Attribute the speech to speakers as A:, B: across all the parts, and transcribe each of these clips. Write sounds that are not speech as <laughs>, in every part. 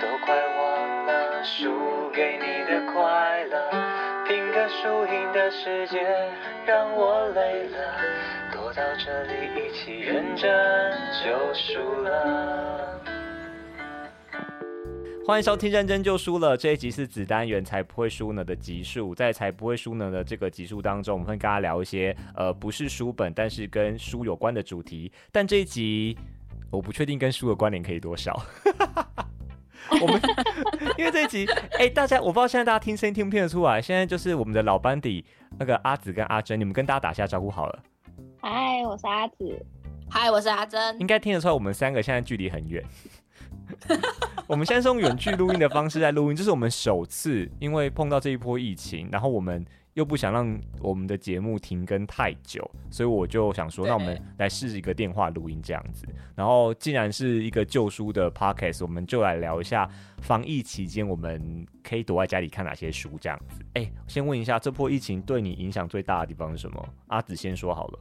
A: 都快忘了输给你的快乐。拼个输赢的世界让我累了，躲到这里一起认真就输了。
B: 欢迎收听《认真就输了》这一集是子单元才不会输呢的集数，在才不会输呢的这个集数当中，我们会跟大家聊一些呃不是书本，但是跟书有关的主题。但这一集我不确定跟书的关联可以多少。 <laughs> 我们 <laughs> 因为这一集，哎、大家我不知道现在大家听声音听不听得出来，现在就是我们的老班底那个阿紫跟阿珍，你们跟大家打下招呼好了，
C: 嗨，我是阿紫。
D: 嗨，我是阿珍
B: 应。该听得出来我们三个现在距离很远。 <laughs> 我们现在是用远距录音的方式在录音，这是我们首次，因为碰到这一波疫情，然后我们又不想让我们的节目停更太久，所以我就想说，
D: 对
B: 那我们来试一个电话录音这样子。然后既然是一个旧书的 podcast，我们就来聊一下防疫期间我们可以躲在家里看哪些书这样子。哎、先问一下，这波疫情对你影响最大的地方是什么？阿紫先说好了。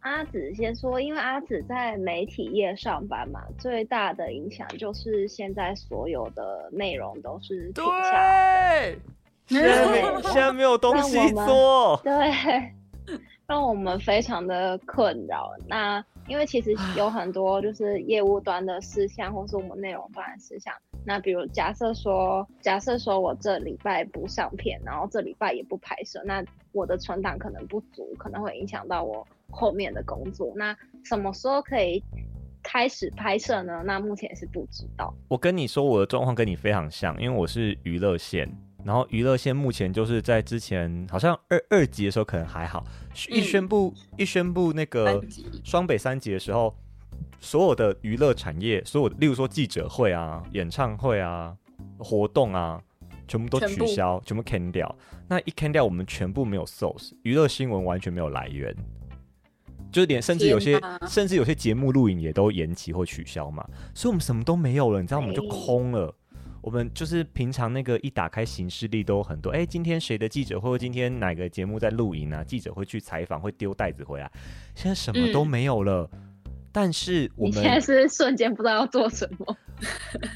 C: 阿紫先说，因为阿紫在媒体业上班嘛，最大的影响就是现在所有的内容都是停下。
B: 对，现在没现在没有东西
C: 让我们
B: 做。
C: <laughs> 对，让我们非常的困扰。那因为其实有很多就是业务端的事项，或是我们内容端的事项。那比如假设说，假设说我这礼拜不上片，然后这礼拜也不拍摄，那我的存档可能不足，可能会影响到我后面的工作。那什么时候可以开始拍摄呢？那目前是不知道。
B: 我跟你说，我的状况跟你非常像，因为我是娱乐线，然后娱乐线目前就是在之前好像二二级的时候可能还好，一宣布、一宣布那个
D: 嗯三级
B: 双北三级的时候，所有的娱乐产业，所有例如说记者会啊、演唱会啊、活动啊，全部都
D: 全
B: 取
D: 部
B: 消，全部 can 掉。那一 can 掉，我们全部没有 source，娱乐新闻完全没有来源，就是连甚至有些
D: 天哪
B: 甚至有些节目录影也都延期或取消嘛，所以我们什么都没有了，你知道我们就
C: 哎
B: 空
D: 哦
B: 了。我们就是平常那个一打开行事历都很多，哎，今天谁的记者会，或今天哪个节目在录影啊？记者会去采访，会丢袋子回来，现在什么都
D: 嗯
B: 没有了。但是我
C: 你现在
B: 们，
C: 是瞬间不知道要做什么。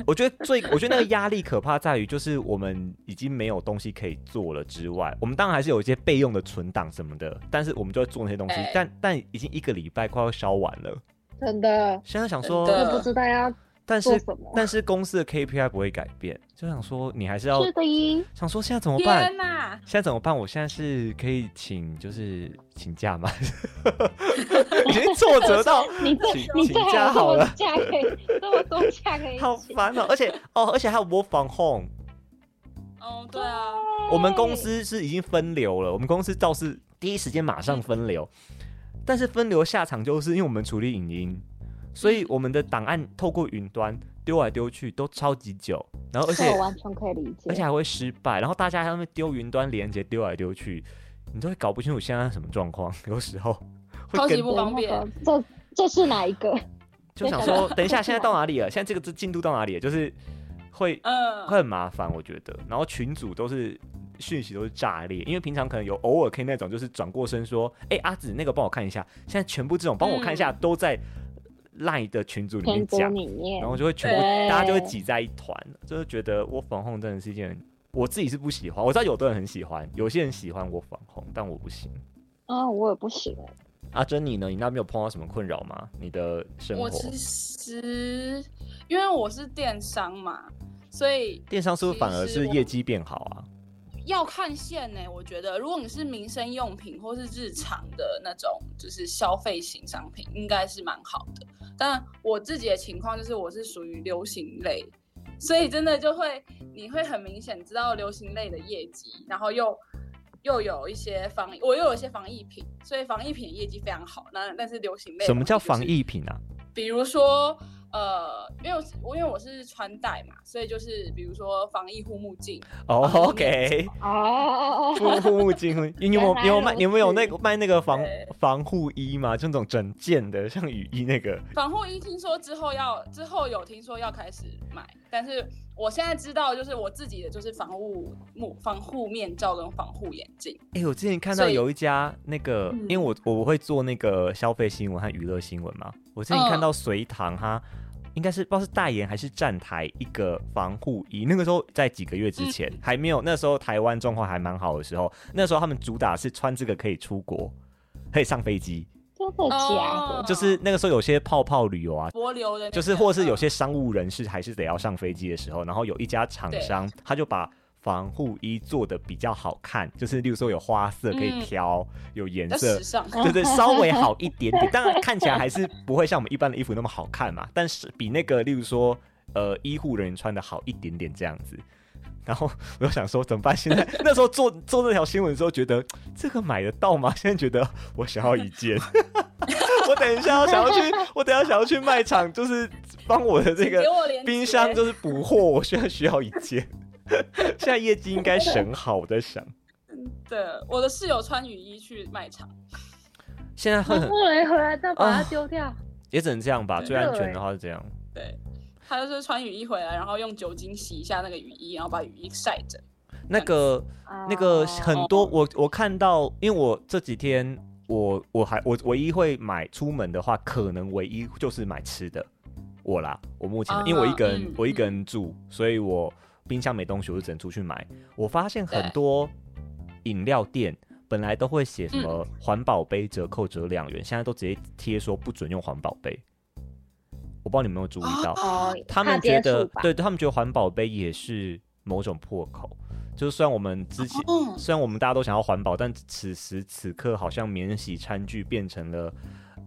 B: 我觉得最，我觉得那个压力可怕在于，就是我们已经没有东西可以做了之外，我们当然还是有一些备用的存档什么的，但是我们就在做那些东西
D: 哎，
B: 但但已经一个礼拜快要烧完了。
C: 真的，
B: 现在想说，
D: 真
C: 我
D: 的
C: 不知道要
B: 但是
C: 做什么
B: 但是公司的 KPI 不会改变，就想说你还是要
C: 是的一。
B: 想说现在怎么办
D: 天？哪！
B: 现在怎么办？我现在是可以请就是请假吗？ <laughs> 已经挫折
C: <laughs>
B: 到
C: 你这
B: 请
C: 你
B: 请
C: 这还
B: 假
C: 有
B: 好了，
C: 这么多假 <laughs> 可以，这么多假可以
B: 好
C: 请
B: 烦哦！而且哦，而且还有 work from home，
D: 哦，对啊，
B: 我们公司是已经分流了，我们公司倒是第一时间马
D: 嗯
B: 上分流，但是分流下场就是因为我们处理影音，所
D: 嗯
B: 以我们的档案透过云端丢来丢去都超级久，然后而且
C: 这我完全可以理解，
B: 而且还会失败，然后大家还在那边丢云端连接丢来丢去，你都会搞不清楚现在什么状况， <laughs> 有时
D: <laughs>
B: 候会
D: 超级
B: 跟
D: 不方便
C: 对。那个这这是哪一个？
B: 就想
C: 对
B: 说，
C: 对
B: 等一下现在到哪里了？现在这个进度到哪里了？就是会
D: 嗯，
B: 会很麻烦，我觉得。然后群组都是讯息都是炸裂，因为平常可能有偶尔可以那种，就是转过身说，哎、阿紫那个帮我看一下，现在全部这种帮我看一下、
D: 嗯
B: 都在赖的群组里面
C: 天
B: 讲
C: 宫，里面
B: 然，后就会全部
C: 对
B: 大家就会挤在一团，就是觉得我防控真的是一件。我自己是不喜欢，我知道有的人很喜欢，有些人喜欢我防控，但我不行。
C: 啊，我也不行欸，
B: 阿珍，你呢？你那边有碰到什么困扰吗？你的生活
D: 我？其实因为我是电商嘛，所以
B: 电商是不是反而
D: 其实
B: 是
D: 我
B: 业绩变好啊？
D: 要看线呢、我觉得，如果你是民生用品或是日常的那种，就是消费型商品，应该是蛮好的。但我自己的情况就是我是属于流行类，所以真的就会你会很明显知道流行类的业绩，然后又又有一些防，我又有一些防疫品，所以防疫品的业绩非常好。那但是流行类的
B: 什么叫
D: 东西
B: 防
D: 就是
B: 疫品啊？
D: 比如说，呃，因为我是我因为我是穿戴嘛，所以就是比如说防疫护目镜，
B: 哦、
D: 防疫
B: o k
D: <laughs>
C: 哦哦哦，
B: 护护目镜，你有没有
C: 原来
B: 你有没有卖你
C: 如
B: 有没有那个卖那个防
D: 对
B: 防护衣吗？就那种整件的，像雨衣那个。
D: 防护衣听说之后要之后有听说要开始买，但是我现在知道就是我自己的就是防护目防护面罩跟防护眼镜，
B: 哎、我之前看到
D: 所以
B: 有一家那个，
D: 嗯
B: 因为我我会做那个消费新闻和娱乐新闻嘛，我之前
D: 嗯
B: 看到隋唐哈。应该是不知道是代言还是站台一个防护衣，那个时候在几个月
D: 嗯
B: 之前、还没有，那时候台湾状况还蛮好的时候，那时候他们主打是穿这个可以出国，可以上飞机，
C: 真的假
D: 哦
C: 的？
B: 就是那个时候有些泡泡旅游啊，
D: 柏流的那个，
B: 就是或是有些商务人士还是得要上飞机的时候，然后有一家厂商他就把。防护衣做的比较好看，就是例如说有花色可以挑，有颜
D: 嗯比较
B: 色
D: 时，尚，
B: 对对，稍微好一点
D: <laughs>
B: 点。当然看起来还是不会像我们一般的衣服那么好看嘛，但是比那个例如说呃医护人员穿的好一点点这样子。然后我就想说怎么办？现在 <laughs> 那时候做做这条新闻的时候，觉得这个买得到吗？现在觉得我想要一件， <laughs> 我等一下要想要去，我等一下想要去卖场，就是帮我的这
D: 请
B: 个
D: 嗯给我链接
B: 冰箱就是补货，我现在需要一件。 <laughs> 现在业绩应该省好，我在想，
D: 对，我的室友穿雨衣去卖场，
B: 现在
D: 哦
B: 会很
C: 后来回来再把
B: 啊
C: 它丢掉。
B: 也只能这样吧，最安全的话是这样。
D: 对。他就是穿雨衣回来，然后用酒精洗一下那个雨衣，然后把雨衣晒着。
B: 那个那
C: 哦
D: 哦
B: 个很多，我我看到，因为我这几天我我还我唯一会买出门的话，可能唯一就是买吃的。我啦，我目前、
D: 啊
B: 因为我一个人、
D: 嗯
B: 我一个人住，所以我冰箱没东西，我就只能出去买。我发现很多饮料店本来都会写什
D: 嗯
B: 么环保杯折扣折两元，现在都直接贴说不准用环保杯。我不知道你们有没有注意到，
D: 啊
C: 哦，
B: 他
C: 怕
B: 们觉
C: 接
B: 得
C: 触吧，
B: 对他们觉得环保杯也是某种破口。就是虽然我们之前，
D: 哦
B: 虽然我们大家都想要环保，但此时此刻好像免洗餐具变成了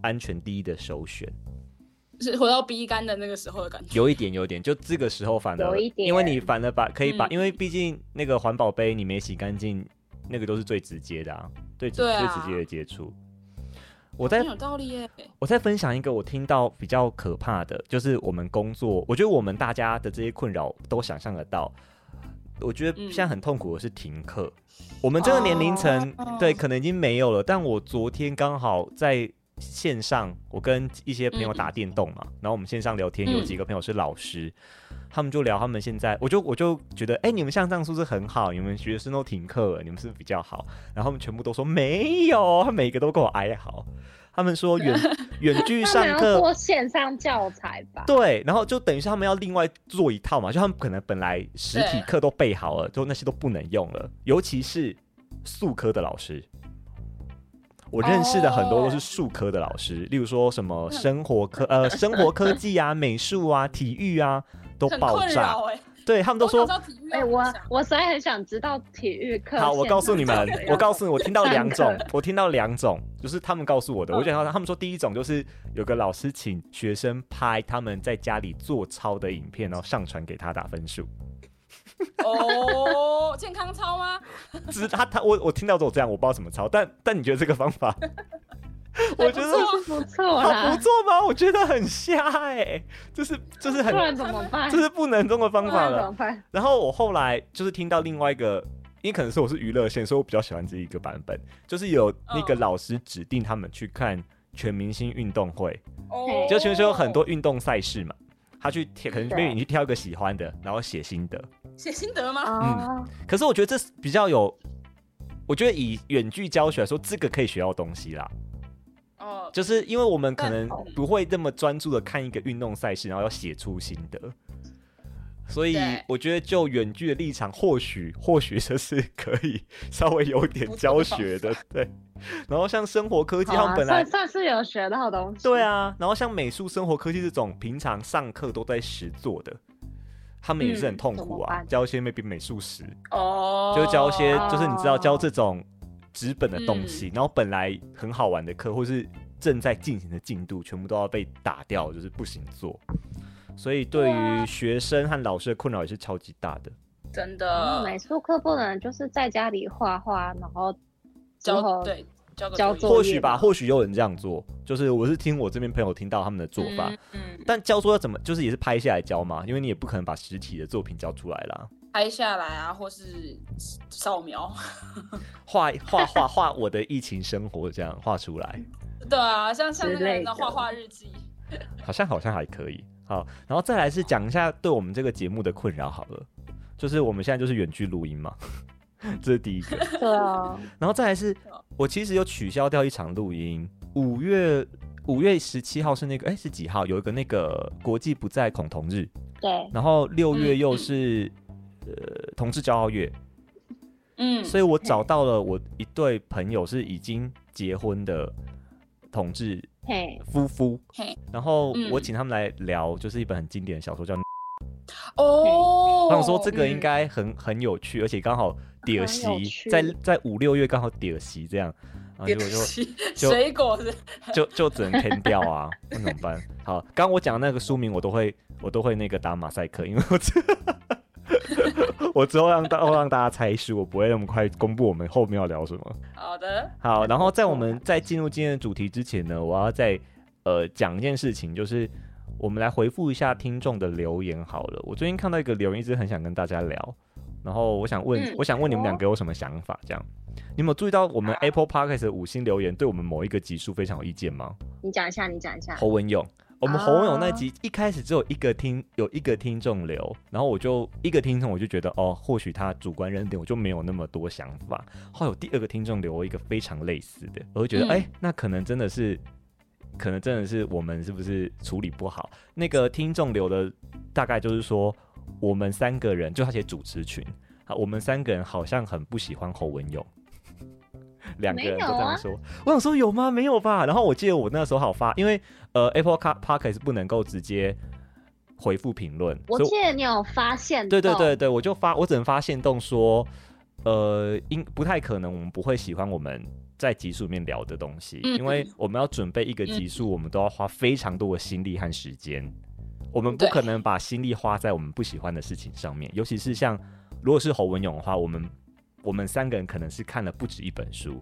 B: 安全第一的首选，
D: 就是回到逼干的那个时候的感觉。
B: 有一点有一点，就这个时候反而
C: 有一，点
B: 因为你反而把可以把，
D: 嗯
B: 因为毕竟那个环保杯你没洗干净，那个都是最直接的啊，最直、
D: 对啊
B: 最直接的接触。我在
D: 很有道理耶。
B: 我再分享一个我听到比较可怕的，就是我们工作，我觉得我们大家的这些困扰都想象得到。我觉得
D: 嗯
B: 现在很痛苦的是停课，我们这个年龄层、
D: 哦
B: 对可能已经没有了，但我昨天刚好在线上，我跟一些朋友打电动嘛，然后我们线上聊天，
D: 嗯
B: 有几个朋友是老师，他们就聊他们现在，我就我就觉得，哎、你们像这样是不是很好？你们学生都停课了，你们是不是比较好？然后他们全部都说没有，他每个都跟我哀嚎，
D: 嗯
B: 他们说
D: <laughs>
B: 远远距
C: 他们
B: 上
C: 要
B: 课
C: 做线上教材吧？
B: 对，然后就等于是他们要另外做一套嘛，就他们可能本来实体
D: 对
B: 课都备好了，就那些都不能用了，尤其是数科的老师。我认识的很多都是
D: 哦嗯
B: 数科的老师例如说什么生活科、呃生活科技啊、美术啊、体育啊都
D: 很
B: 爆
D: 困
B: 炸
D: 扰，哎，
B: 对他们都说
D: 我想知道体育要
C: 哎、
D: 怎么
C: 我
D: 想
C: 我实在很想知道体育 <laughs> 课。
B: 好，我告诉你们，我告
C: 诉
B: 诉你，我听到两种
C: 上，
B: 我听到两种，就是他们告诉我的。
D: 嗯
B: 我就想到他们说，第一种就是有个老师请学生拍他们在家里做操的影片，然后上传给他打分数。
D: 哦，健康操吗？
B: 只是他他我我听到都有这样，我不知道怎么操，但但你觉得这个方
C: <laughs>
B: 法，我觉得
C: 是不错
B: 他
D: 啊
C: 啦
B: 不，做吗？我觉得很瞎哎、就是就是很
C: 不然怎么办？
B: 这是不能中的方
C: 不
B: 法
C: 然
B: 了
C: 怎。么办？
B: 然后我后来就是听到另外一个，因为可能是我是娱乐线，所以我比较喜欢这一个版本，就是有那个
D: 嗯
B: 老师指定他们去看全明星运动会，
D: 哦，
B: 就全球有很多运动赛事嘛，他去挑，可能
C: 对
B: maybe 你去挑一个喜欢的，然后写心得。
D: 写心得
B: 嗯
D: 吗？
C: 哦，
B: 可是我觉得这是比较有，我觉得以远距教学来说，这个可以学到东西啦。
D: 哦，
B: 就是因为我们可能
D: 但好
B: 不会那么专注的看一个运动赛事，然后要写出心得，所以
D: 对
B: 我觉得就远距的立场，或许或许这是可以稍微有点教学的，对。然后像生活科技，
C: 好
B: 他
C: 啊
B: 们本来
C: 算算是有学到东西。
B: 对，啊，然后像美术、生活科技这种平常上课都在实做的，他们也是很
D: 嗯
B: 痛
C: 怎
B: 苦
C: 么
B: 啊，
C: 办
B: 教一些 maybe 美术史，
D: 哦，
B: 就教一些，
C: 哦
D: 嗯
B: 就是你知道教这种纸本的东西，然后本来很好玩的课，或是正在进行的进度，全部都要被打掉，就是不行做。所以对于学生和老师的困扰也是超级大的。
D: 真的
C: 美术嗯课不能就是在家里画画，然后之
D: 交
C: 后
D: 对交个
C: 交
D: 作
C: 作
D: 业
B: 或
C: 业
B: 许吧，
C: 吗
B: 或许有人这样做，就是我是听我这边朋友听到他们的做法，
D: 嗯，嗯
B: 但交作要怎么，就是也是拍下来交嘛，因为你也不可能把实体的作品交出来啦。
D: 拍下来啊，或是扫描， <laughs>
B: 画画画画我的疫情生活这样画出来，
D: 对啊，像像
C: 之
D: 那个人
C: 类
D: 的
C: 的
D: 画画日记，
B: 好像好像还可以。好，然后再来是讲一下对我们这个节目的困扰好了，就是我们现在就是远距录音嘛， <laughs> 这是第一
D: <laughs>
B: 个。
C: 对啊，
B: 然后再来是
D: 哦
B: 我其实有取消掉一场录音，五月五月十七号是那个哎是几号？有一个那个国际不在恐同日，
C: 对，
B: 然后六月
D: 嗯
B: 又
D: 嗯
B: 是、呃同志骄傲月，
D: 嗯，
B: 所以我找到了我一对朋友是已经结婚的同志
C: 嘿，
B: 夫妇
D: 嘿，
B: 然后
D: 嗯
B: 我请他们来聊，就是一本很经典的小说叫 X《
D: 哦，
B: 我想说这个应
D: 嗯
B: 该很很有趣，而且刚好点
C: 很有
B: 席
C: 趣
B: 在在五六月刚好点席这样，然后结
D: 点
B: 果就
D: 心
B: 就
D: 水果是
B: 就就只能坑掉啊，那怎么办？好，刚刚我讲的那个书名我都会我都会那个打马赛克，因为我知 <laughs> 我之后让大让大家猜书，我不会那么快公布我们后面要聊什么。
D: 好的，
B: 好，然后在我们在进入今天的主题之前呢，我要再呃讲一件事情，就是我们来回复一下听众的留言好了。我最近看到一个留言，一直很想跟大家聊，然后我想问，
D: 嗯
B: 我想问你们
C: 好
B: 两个有什么想法？这样，你们有注意到我们 Apple Podcast 的五星留言对我们某一个集数非常有意见吗？
C: 你讲一下，你讲一下，
B: 侯文勇。我们侯文勇那集一开始只有一个听有一个听众留，然后我就一个听众我就觉得哦，或许他主观认定，我就没有那么多想法。后来有第二个听众留一个非常类似的，我就觉得
D: 嗯
B: 哎、那可能真的是，可能真的是我们是不是处理不好？那个听众留的大概就是说，我们三个人就他写主持群啊，我们三个人好像很不喜欢侯文勇。两个人都这样说，我想说有吗？没有吧。然后我记得我那时候好发，因为呃 Apple Car Park 是不能够直接回复评论，
C: 我
B: 所以
C: 记得你有发现，
B: 对对对，对，我就发我只能发现动说，呃，应不太可能我们不会喜欢我们在集数里面聊的东西，
D: 嗯
B: 因为我们要准备一个集数，我们都要花非常多的心力和时间，我们不
D: 对
B: 可能把心力花在我们不喜欢的事情上面，尤其是像如果是侯文勇的话，我们我们三个人可能是看了不止一本书，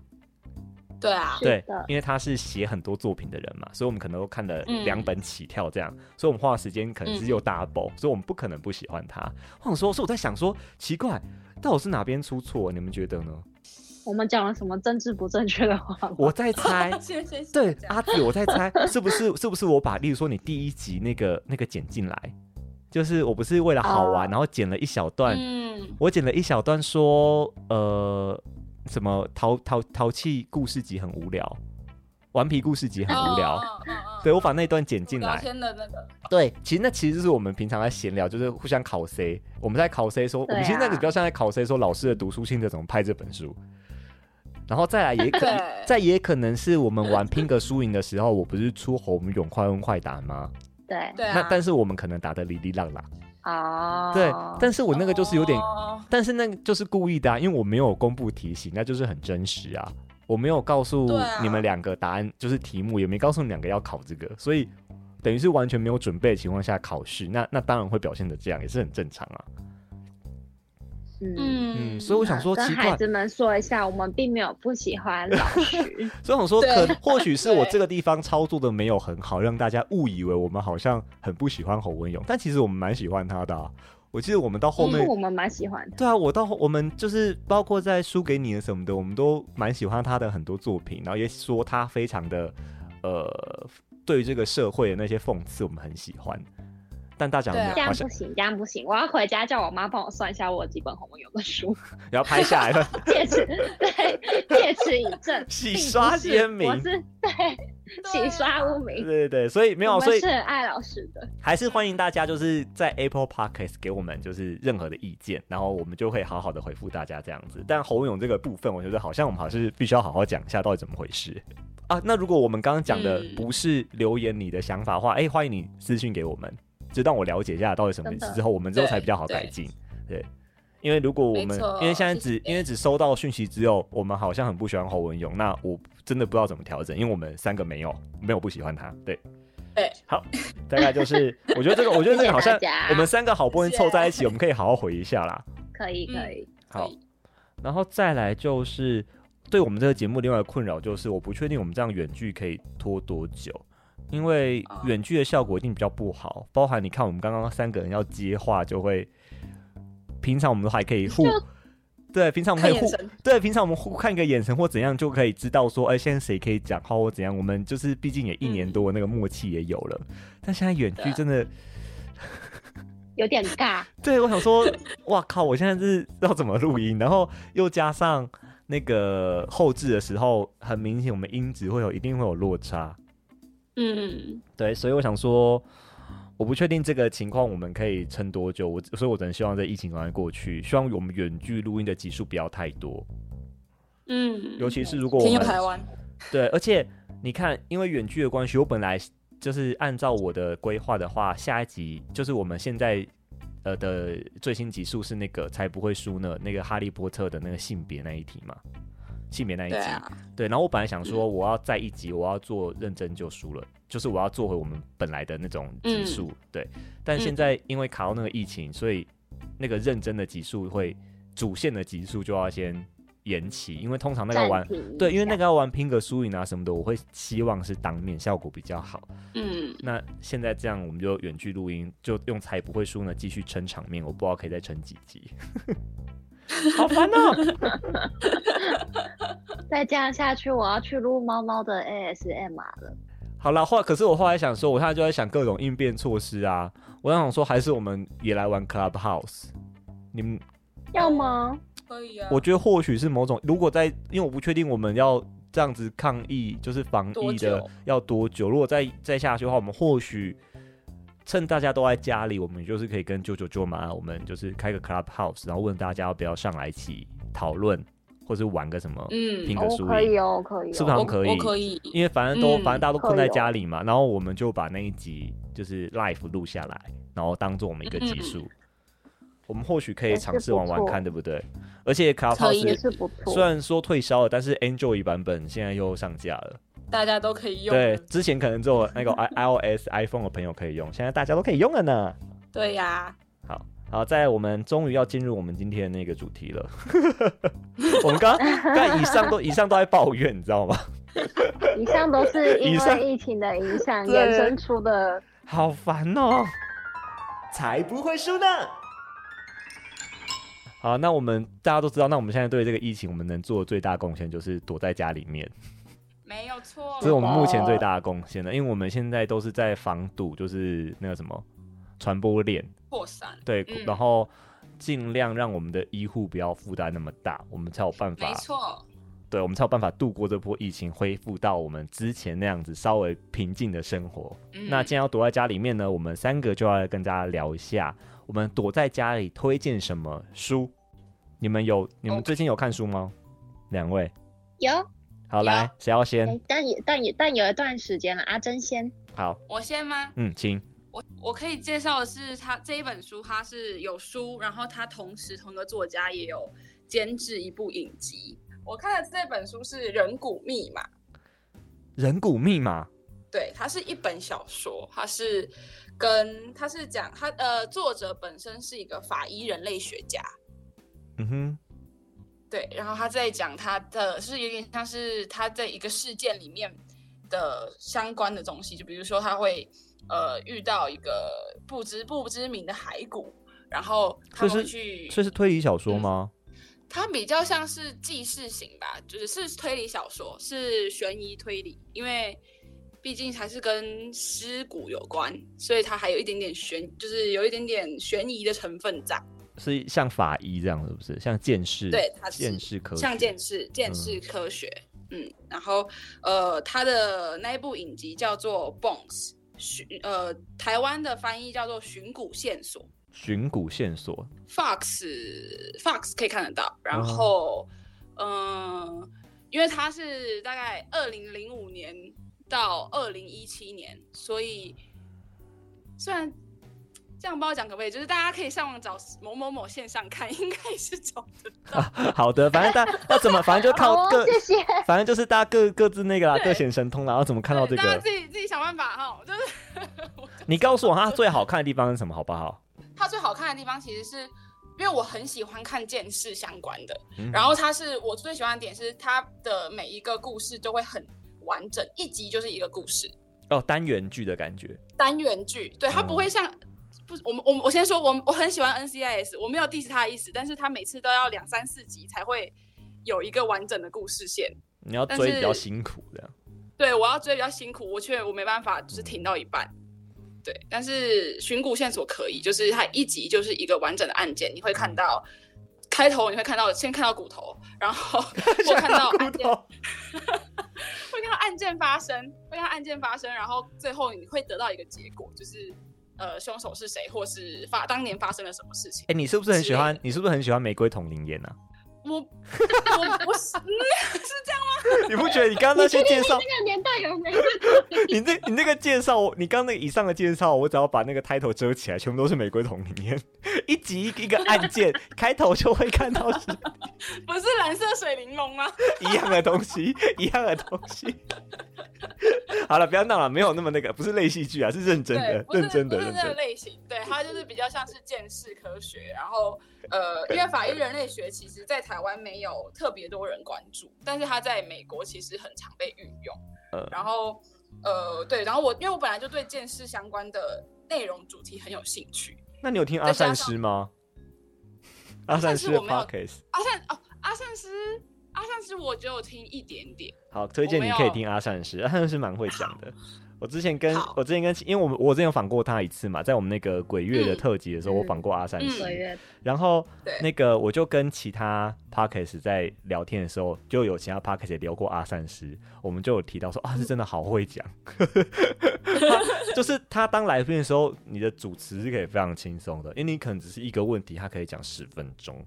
D: 对啊，
C: 是
B: 对
C: 的，
B: 因为他是写很多作品的人嘛，所以我们可能都看了
D: 嗯，
B: 两本起跳这样，所以我们花的时间可能是又 double，、所以我们不可能不喜欢他。我想说，所以我在想说，奇怪，到底是哪边出错？你们觉得呢？
C: 我们讲了什么政治不正确的话吗？
B: 我在猜
D: <laughs> 谢谢，
B: 哎对
D: 这样
B: 阿紫，我在猜，是不是是不是我把，例如说你第一集那个那个剪进来，就是我不是为了好玩，然后剪了一小段，
D: 哦嗯，
B: 我剪了一小段说，呃，什么淘淘淘气故事集很无聊，顽皮故事集很无聊。
D: 哦，哦哦
B: 对我把那段剪进
D: 聊
B: 来。
D: 天的那个，
B: 对，其实那其实就是我们平常在闲聊，就是互相考 C。我们在考 C 说，我
C: 对
B: 们
C: 啊
B: 其实那个比较像在考 C 说老师的读书心得怎么拍这本书。然后再来也可
D: 对
B: 再也可能是我们玩拼个输赢的时候，我不是出红勇快问快答吗？
C: 对
D: 对啊，
B: 那但是我们可能打的哩哩浪啦。
C: 啊，
B: 对，但是我那个就是有点，
D: 哦
B: 但是那个就是故意的、啊，因为我没有公布题型，那就是很真实啊。我没有告诉
D: 对啊
B: 你们两个答案，就是题目，也没告诉你们两个要考这个，所以等于是完全没有准备的情况下考试，那那当然会表现的这样，也是很正常啊。
C: 嗯。
D: 嗯
B: 嗯，所以我想说
C: 跟
B: 奇
C: 孩
B: 怪，
C: 子们说一下，我们并没有不喜欢老徐，
B: 所以我想说
D: 对
B: 可或许
D: <laughs>
B: 是我这个地方操作的没有很好，让大家误以为我们好像很不喜欢侯文勇，但其实我们蛮喜欢他的啊、我记得我们 <laughs> 到后
D: 嗯
C: 不
B: 面
C: 过我们蛮喜欢的。
B: 对啊，我到后我们就是包括在输给你的什么的，我们都蛮喜欢他的很多作品，然后也说他非常的呃，对于这个社会的那些讽刺，我们很喜欢。但大奖
D: 对啊
C: 这样
B: 好
C: 不
B: 像
C: 行，这样不行，我要回家叫我妈帮我算一下我有几本红文有的书，
B: 也要拍下来
C: <laughs>
B: 了，
C: 借此对借此以证，
B: 洗
C: 并不
B: 刷
C: 是
B: 鲜明
C: 我是对洗刷污
B: 对
C: 名。
B: 对对，所以没有
C: 我
B: 啊，所
C: 们
B: 以
C: 是很爱老师的，
B: 还是欢迎大家就是在 Apple Podcast 给我们就是任何的意见，然后我们就会好好的回复大家这样子。但侯文勇这个部分，我觉得好像我们还是必须要好好讲一下到底怎么回事啊。那如果我们刚刚讲的
D: 嗯
B: 不是留言你的想法的话，哎、欢迎你私讯给我们，就让我了解一下到底什么意
C: 真
B: 思，
C: 的
B: 之后我们之后才比较好
D: 对
B: 改
D: 对
B: 进。因为如果我
D: 没
B: 们
D: 错
B: 因为现在
D: 谢谢
B: 只因为只收到讯息只有我们好像很不喜欢侯文勇，那我真的不知道怎么调整，因为我们三个没有没有不喜欢他，对。
D: 对，
B: 好，大概就是，我觉得这个，我觉得这个好像
C: 谢谢大家
B: 我们三个好不容易
D: 谢谢
B: 凑在一起，我们可以好好回一下啦。
C: 可以
D: 嗯
C: 可以，
D: 可
B: 好
D: 以，
B: 然后再来就是对我们这个节目另外的困扰就是，我不确定我们这样远距可以拖多久，因为
D: 哦
B: 远距的效果一定比较不好，包含你看我们刚刚三个人要接话就会，平常我们都还可以互。对，平常我们可
D: 看
B: 以
D: 眼
B: 互
D: 神，
B: 对，平常我们互看个眼神或怎样就可以知道说，哎、现在谁可以讲话或怎样。我们就是毕竟也一年
D: 嗯
B: 多，那个默契也有了。但现在远距
D: 对
B: 真的，
C: 有点尬，
B: 对，我想说，哇靠！我现在是要怎么录音？然后又加上那个后置的时候，很明显我们音质会有一定会有落差。
D: 嗯，
B: 对，所以我想说，我不确定这个情况我们可以撑多久。我所以，我只能希望这疫情赶快过去，希望我们远距录音的集数不要太多，
D: 嗯，
B: 尤其是如果我
D: 天佑
B: 们
D: 台湾，
B: 对，而且你看，因为远距的关系，我本来就是按照我的规划的话，下一集就是我们现在呃的最新集数是那个才不会输呢，那个哈利波特的那个性别那一题嘛，性别那一集。
D: 对啊，
B: 对，然后我本来想说，
C: 嗯
B: 我要再一集，我要做认真就输了，就是我要做回我们本来的那种集数，
C: 嗯
B: 对。但现在因为卡到那个疫情，所以那个认真的集数会主线的集数就要先延期，因为通常那个玩
C: 暂停一
B: 对，因为那
C: 下
B: 个要玩拼个输赢啊什么的，我会希望是当面效果比较好。
D: 嗯，
B: 那现在这样，我们就远距录音，就用才不会输呢，继续撑场面。我不知道可以再撑几集，好烦哦。
C: 再这样下去，我要去录猫猫的 ASMR 了。
B: 好啦，后可是我后来想说，我现在就在想各种应变措施啊。我想说，还是我们也来玩 Clubhouse。你们，
C: 要吗？
D: 可以啊，
B: 我觉得或许是某种，如果在，因为我不确定我们要这样子抗议，就是防
D: 多
B: 疫的
D: 久
B: 要多久。如果再再下去的话，我们或许趁大家都在家里，我们就是可以跟舅舅舅妈，我们就是开个 Clubhouse，然后问大家要不要上来一起讨论，或是玩个什么
D: 嗯
B: 拼
C: 哦
B: 个输赢。
C: 可以哦，可以哦。
B: 是不是好像
D: 我
B: 可
D: 我
B: 以
D: 可以，
B: 因为反正都、
D: 嗯
B: 反正大家都
C: 可
B: 困在
C: 以哦
B: 家里嘛，然后我们就把那一集就是 live 录下来，然后当做我们一个
C: 嗯
B: 集数。我们或许可以
C: 也是
B: 尝试
C: 哎不
B: 玩玩
C: 错
B: 看，对不对？而且
D: 可以
C: 也
B: Clubhouse
C: 是不错，
B: 虽然说退烧了，但是 Android 版本现在又上架了。
D: 大家都可以用，
B: 对，之前可能只有那个 i iOS、iPhone <laughs> 的朋友可以用，现在大家都可以用了呢。
D: 对呀，
B: 好好，在我们终于要进入我们今天的那个主题了。 <laughs> 我们刚刚刚以上都以上都在抱怨，你知道吗？
C: 以上都是
B: <laughs>
C: 因
B: 以上
C: 为疫情的影响
B: 对
C: 衍生
B: <laughs>
C: 出的。
B: 好烦哦。
A: 才不会输呢！
B: 好，那我们大家都知道，那我们现在对这个疫情，我们能做的最大贡献就是躲在家里面，
A: 哦
D: 没有错
B: 这，是我们目前最大的贡献了。因为我们现在都是在防堵，就是那个什么传播链，
D: 破散，
B: 对，
D: 嗯
B: 然后尽量让我们的医护不要负担那么大，我们才有办
D: 没
B: 法，
D: 错，
B: 对我们才有办法度过这波疫情，恢复到我们之前那样子稍微平静的生活。
D: 嗯
B: 那既然要躲在家里面呢，我们三个就要来跟大家聊一下，我们躲在家里推荐什么书？你们有你们
D: OK
B: 最近有看书吗？两位，
C: 有，
B: 好
D: 有
B: 来，谁要先？
C: 哎但也但也但有一段时间了，阿珍先。
B: 好，
D: 我先吗？
B: 嗯，请。
D: 我我可以介绍的是它，这一本书它是有书，然后它同时同一个作家也有监制一部影集。我看的这本书是《人骨密码》，
B: 人骨密码，
D: 对，它是一本小说，它是跟它是讲它呃作者本身是一个法医人类学家，
B: 嗯哼，
D: 对，然后他在讲他的是有点像是他在一个事件里面的相关的东西，就比如说他会呃遇到一个不知不知名的骸骨，然后他
B: 这
D: 会
B: 是
D: 去，
B: 这是推理小说吗？
D: 嗯它比较像是记事型吧，就是是推理小说，是悬疑推理，因为毕竟还是跟尸骨有关，所以它还有一点点悬，就是有一点点悬疑的成分在。
B: 是像法医这样，是不是？像剑士，
D: 对它是
B: 剑士科学，
D: 像见识、见识科学，嗯然后呃，他的那一部影集叫做《Bones》，寻呃，台湾的翻译叫做《寻骨线索
B: 寻骨线索，》 <laughs>
D: ，Fox Fox 可以看得到，
B: 哦
D: 然后嗯、因为它是大概二零零五年到二零一七年，所以虽然这样不知道讲可不可以，就是大家可以上网找某某某线上看，应该是找得到。
B: 好的，反正大要怎么，反正就靠
C: <laughs> 哦
B: 各，，
C: 谢谢。
B: 反正就是大家各各自那个啦，各显神通啦。要怎么看到这
D: 对大家
B: 个
D: 自？己自己想办法哈。就是
B: 你告诉我它最好看的地方是什么，好不好？
D: 它最好看的地方，其实是因为我很喜欢看剑士相关的，
B: 嗯
D: 然后它是我最喜欢的点是它的每一个故事都会很完整，一集就是一个故事，
B: 哦，单元剧的感觉。
D: 单元剧，对它
B: 嗯
D: 不会像。不，我们我们我先说，我我很喜欢 NCIS，我没有 diss 他的意思，但是他每次都要两三四集才会有一个完整的故事线，
B: 你要
D: 但
B: 追比较
D: 是
B: 辛苦这样。
D: 对我要追比较辛苦，我却我没办法，就是停到一半。对，但是寻古线索可以，就是它一集就是一个完整的案件，你会看到开头你会看到先看到骨头，然后 <laughs> 会看到案件，会看到案件发生，会看到案件发生，然后最后你会得到一个结果，就是呃凶手是谁，或是发当年发生了什么事情。
B: <laughs> 哎，你是不是很喜
D: 之
B: 欢？你是不是很喜欢玫瑰同龄眼
D: <laughs>
B: 啊？
D: 我我不是、嗯、是这样吗？
B: 你不觉得你刚刚那些介绍，
C: 那个年代有没？ <laughs>
B: 你那你那个介绍，你刚刚那以上的介绍，我只要把那个 title 遮起来，全部都是玫瑰同龄眼， <laughs> 一集一个一个案件，开头就会看到是
D: 不是蓝色水玲珑吗？
B: 一样的东西，一样的东西。 <laughs> 好了，不要闹了，没有那么那个，不是类戏剧啊，是认真
D: 对，
B: 的，
D: 不是
B: 认真的，
D: 不是
B: 认
D: 那个
B: 真的。
D: 类型，对，它就是比较像是见识科学，然后呃，因为法医人类学其实在台湾没有特别多人关注，但是它在美国其实很常被运用，
B: 呃
D: 然后呃，对，然后我因为我本来就对见识相关的内容主题很有兴趣，
B: 那你有听阿
D: 再加
B: 善
D: 上
B: 师吗？阿善师的
D: 阿善师我没有
B: podcast，
D: 阿善哦，阿善师，阿善师我只有听一点点，
B: 好，推荐
D: 我没
B: 你
D: 有
B: 可以听阿善师，阿善师蛮会讲
D: <laughs>
B: 的。我之前跟
D: 好
B: 我之前跟，因为我们我之前有访过他一次嘛，在我们那个鬼月的
D: 嗯
B: 特辑的时候，我
C: 嗯
B: 访过阿善
D: 嗯
B: 师。
C: 鬼月
B: 然后
D: 对
B: 那个我就跟其他 p o d c a s t 在聊天的时候，就有其他 p o d c a s t 也聊过阿善师，我们就有提到说啊，
D: 嗯
B: 是真的好会讲， <laughs> 他就是他当来宾的时候，你的主持是可以非常轻松的，因为你可能只是一个问题，他可以讲十分钟，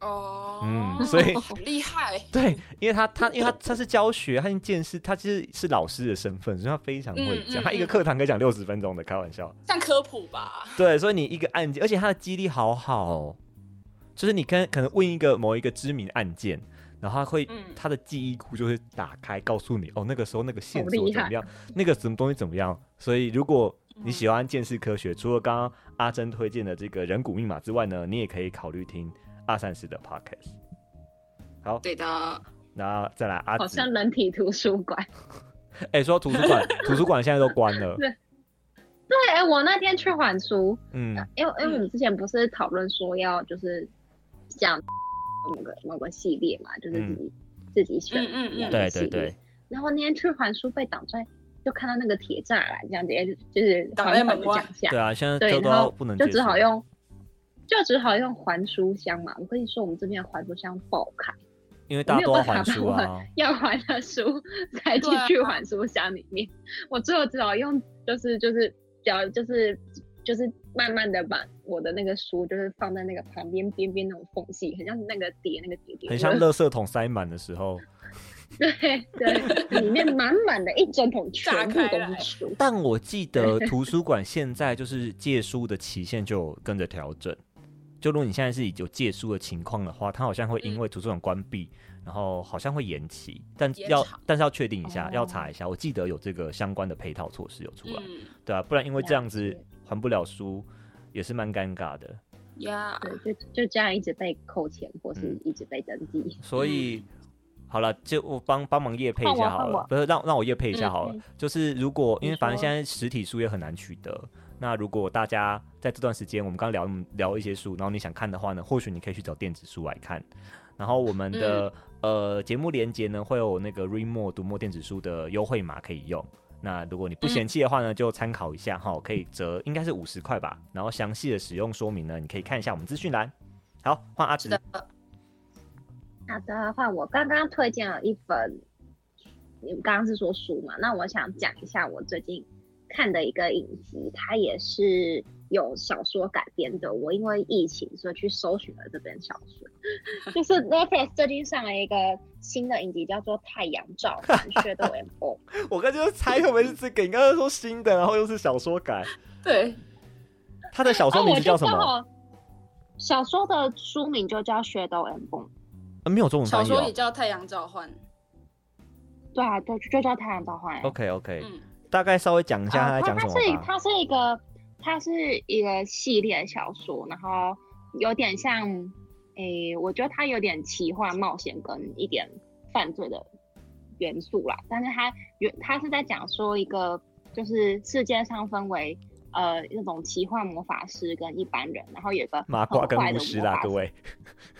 D: 哦，
B: 嗯，所以。
D: 很厉害，
B: 对，因为他他因为他他是教学，他已经见识，他其实是老师的身份，所以他非常会
D: 嗯
B: 讲。
D: 嗯
B: 他一个
D: 嗯
B: 课堂可以讲六十分钟的，开玩笑。
D: 像科普吧，
B: 对，所以你一个案件，而且他的记忆力好好、哦，就是你跟可能问一个某一个知名案件，然后他会、
D: 嗯
B: 他的记忆库就会打开，告诉你哦，那个时候那个线
C: 好
B: 索
C: 厉
B: 怎么
C: 害
B: 样，那个什么东西怎么样。所以如果你喜欢见识科学，除了刚刚阿珍推荐的这个人骨密码之外呢，你也可以考虑听二三十的 podcast。好，
D: 对的，
B: 那再来阿
C: 好
B: 紫
C: 像，人体图书馆。
B: 哎、说到图书馆，图书馆现在都关了，
C: 对，哎，我那天去还书，
B: 嗯，
C: 因为因为我们之前不是讨论说要就是讲某个某个系列嘛，就是自己、自己选
D: 嗯嗯嗯
C: 某个
B: 对
C: 系
B: 对
C: 列
B: 对，
C: 然后那天去还书被挡在，就看到那个铁栅栏，这样直接就就是
D: 挡在
C: 缓缓地
D: 门外
C: 讲一下
B: 对。啊，现在
C: 对，
B: 都
C: 然
B: 都
C: 后
B: 要不能
C: 就
B: 接
C: 只
B: 触
C: 好用，就只好用还书箱嘛。我跟你说，我们这边的还书箱爆开，
B: 因为大
C: 没
B: 家
C: 有
B: 都要
C: 办法
B: 还书
C: 把我
B: 啊。
C: 要还的书才进
D: 对啊
C: 去还书箱里面。我最后只好用，就是就是脚就是就是慢慢的把我的那个书就是放在那个旁边边边那种缝隙，很像那个叠那个叠叠，
B: 很像垃圾桶塞满的时候。
C: <laughs> 对对，里面满满的一整桶全部
D: 炸开
C: 都
D: 来
C: 是书。
B: 但我记
C: <laughs>
B: 得图书馆现在就是借书的期限就有跟着调整，就如果你现在是有借书的情况的话，它好像会
C: 嗯
B: 因为图书馆关闭，然后好像会延期，但
D: 延
B: 要
D: 长
B: 但是要确定一下，
C: 哦
B: 要查一下。我记得有这个相关的配套措施有出来，
D: 嗯
B: 对啊，不然因为这样子
C: 了解
B: 还不了书，也是蛮尴尬的。
D: 呀，
C: 对，就就这样一直被扣钱，或是
B: 嗯
C: 一直被登记。
B: 所以、好了，就我帮帮忙夜配一
C: 换我
B: 下好
C: 嗯换
B: 了
C: 我，
B: 不是让让我夜配一下
D: 嗯
B: 好了。
C: 嗯
B: 就是如果因为
C: 你
B: 反正
C: 说
B: 现在实体书也很难取得，那如果大家在这段时间我们刚聊聊一些书，然后你想看的话呢，或许你可以去找电子书来看。然后我们
C: 嗯
B: 的、呃节目连接呢会有那个 Remo 读墨电子书的优惠码可以用。那如果
C: 嗯
B: 你不嫌弃的话呢，就参考一下哈，可以折应该是五十块吧。然后详细的使用说明呢，你可以看一下我们资讯栏。好，换阿直
D: 是的。
C: 好的话，我刚刚推荐了一本，你们刚刚是说书嘛？那我想讲一下我最近看的一个影集，它也是有小说改编的。我因为疫情，所以去搜寻了这本小说，就是 Netflix 最近上了一个新的影集，叫做《太阳照常》（Shadow and Bone）。
B: <laughs> 我刚才就猜会不会是这个，你刚刚说新的，然后又是小说改，
D: 对，
B: 他的小说
C: 哦，
B: 名
C: 我
B: 字
C: 就
B: 叫什
C: 刚
B: 么？
C: 好小说的书名就叫《Shadow and Bone》，
B: 啊没有中文
D: 小
B: 翻译
D: 说也
B: 哦。
D: 叫《太阳召唤》。
C: 对啊，对，就叫《太阳召唤》。
B: OK OK，、
D: 嗯，
B: 大概稍微讲一下他
C: 呃
B: 在讲
C: 它
B: 什
C: 它是
B: 么吧。
C: 它是一个它是一个系列小说，然后有点像，诶、我觉得它有点奇幻冒险跟一点犯罪的元素啦。但是它原它是在讲说一个就是世界上分为呃那种奇幻魔法师跟一般人，然后有一个
B: 麻瓜
C: 很
B: 跟
C: 坏
B: 巫
C: 的
B: 师
C: 魔
B: 啦，
C: 法
B: 各
C: 师。啊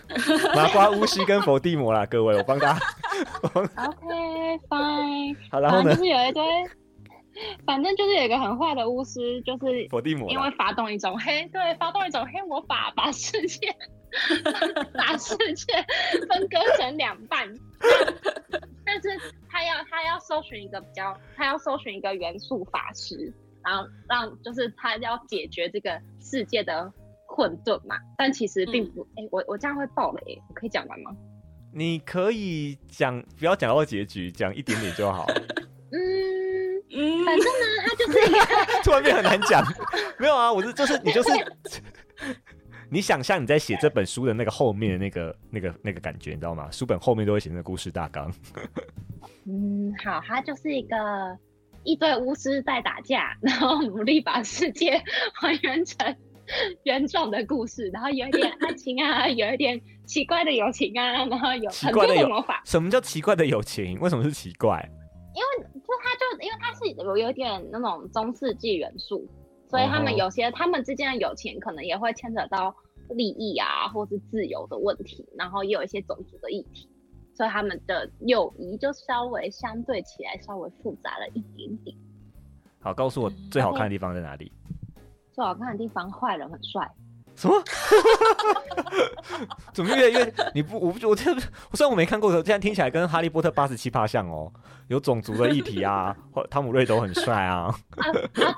C: <laughs>
B: 位，麻瓜、巫师跟伏地魔啦，各位，我帮
C: <laughs>
B: 大家。
C: OK fine，
B: 好，然后
C: 反正
B: 呢
C: 就，是有一堆，反正就是有一个很坏的巫师，就是
B: 伏地魔
C: 因
B: 啦
C: 为发动一种黑，对，发动一种黑魔法，把世界把世界分割成两半。但是他要他要搜寻一个比较，他要搜寻一个元素法师，然后让就是他要解决这个世界的混沌嘛。但其实并不，哎、我我这样会爆雷，我可以讲完吗？
B: 你可以讲，不要讲到结局，讲一点点就
C: <laughs>
B: 好。
C: 嗯，
D: 嗯
C: 反正呢，他就是一个。
B: 突然变很难讲。没有啊，我是就是你就是你想象你在写这本书的那个后面的那个那个那个感觉，你知道吗？书本后面都会写那个故事大纲。
C: 嗯，好，它就是一个一堆巫师在打架，然后努力把世界 <laughs> 还原成原状的故事，然后有一点爱情啊，有一点奇怪的友情啊，然后有
B: 奇
C: 很
B: 怪
C: 多
B: 的
C: 的
B: 友
C: 魔法，
B: 什么叫奇怪的友情？为什么是奇怪？
C: 就它就因为它是有有一点那种中世纪元素，所以他
B: 哦
C: 们有些、他们之间的友情可能也会牵扯到利益啊，或是自由的问题，然后也有一些种族的议题。所以他们的友谊就稍微相对起来稍微复杂了一点点。
B: 好，告诉我最好看的地方在哪里？
C: 最好看的哦地方，坏人
B: <laughs>
C: 很帅。
B: 什么？怎么越来越你不我不我这我虽然我没看过，可现在听起来跟《哈利波特》八十七趴像哦，有种族的议题啊， <laughs> 或汤姆瑞都很帅啊，
C: 啊，啊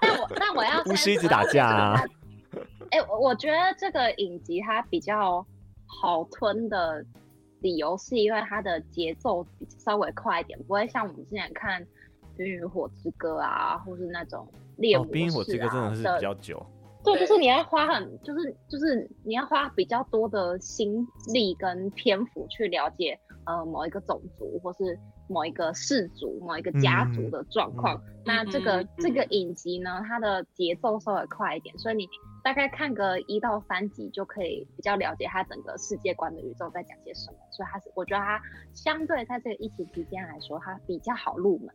C: 但我但我要
B: 巫师一直打架啊。
C: 哎、我我觉得这个影集它比较好吞的理由是因为它的节奏比稍微快一点，不会像我们之前看《冰与火之歌》啊，或是那种猎
B: 哦
C: 魔
B: 《
C: 士、啊
B: 冰与火之歌》真的是比较久。
C: 对，就是
D: 对
C: 你要花很，就是就是你要花比较多的心力跟篇幅去了解呃某一个种族或是某一个氏族、某一个家族的状况。那这个、
D: 嗯嗯
C: 这个影集呢，它的节奏稍微快一点，所以你大概看个一到三集就可以比较了解它整个世界观的宇宙在讲些什么。所以它是，我觉得它相对在这个疫情期间来说，它比较好入门。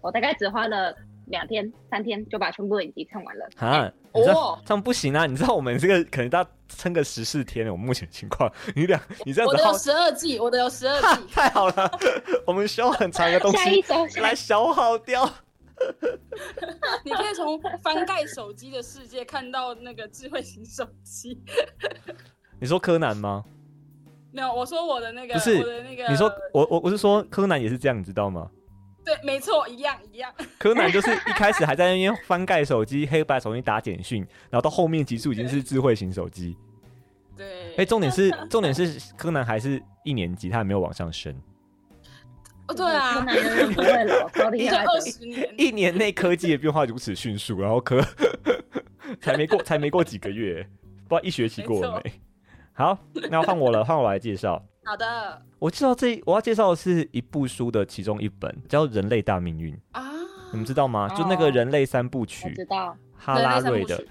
C: 我大概只花了两天、三天就把全部的影集看完了。
B: 啊，
D: 哦
B: 你知道这样不行啊！你知道我们这个可能大家撑个十四天，我们目前情况，你俩你这样
D: 我
B: 子
D: 的
B: 耗
D: 有十二季，我的有十二
B: 哈
D: <laughs> 季。
B: 太好了， <laughs> 我们需要很长的东
C: 下一
B: 西
C: 周，下一
B: 来消耗掉。
D: 你可以从翻盖手机的世界看到那个智慧型手机。
B: 你说柯南吗？
D: 没有，我说我的那个，
B: 不是
D: 我的那
C: 啊
D: 个，
B: 你说我我我是说柯南也是这样，你知道吗？
D: 对，没错，一样一
B: <laughs>
D: 样。
B: 柯南就是一开始还在那边翻盖手机、黑白手机打简讯，然后到后面集数已经是智慧型手机。
D: 对，
B: 哎、重点是重点是柯南还是一年级，他还没有往上升，
D: 哦，对啊
C: 柯，南永远不会老，超厉
D: 一
C: 害
D: 段
C: 的。
D: 二十年，
B: 一年内科技的变化如此迅速，然后科 <laughs> 才没过才没过几个月，不知道一学期过了没。好，那换我了，换我来介绍。
D: 好的
B: 我介绍这我要介绍的是一部书的其中一本，叫《人类大命运》，
D: 啊，
B: 你们知道吗？就那个人类三部曲
C: 哦我，知道，
B: 哈拉瑞
D: 人类三部
B: 的
D: 曲。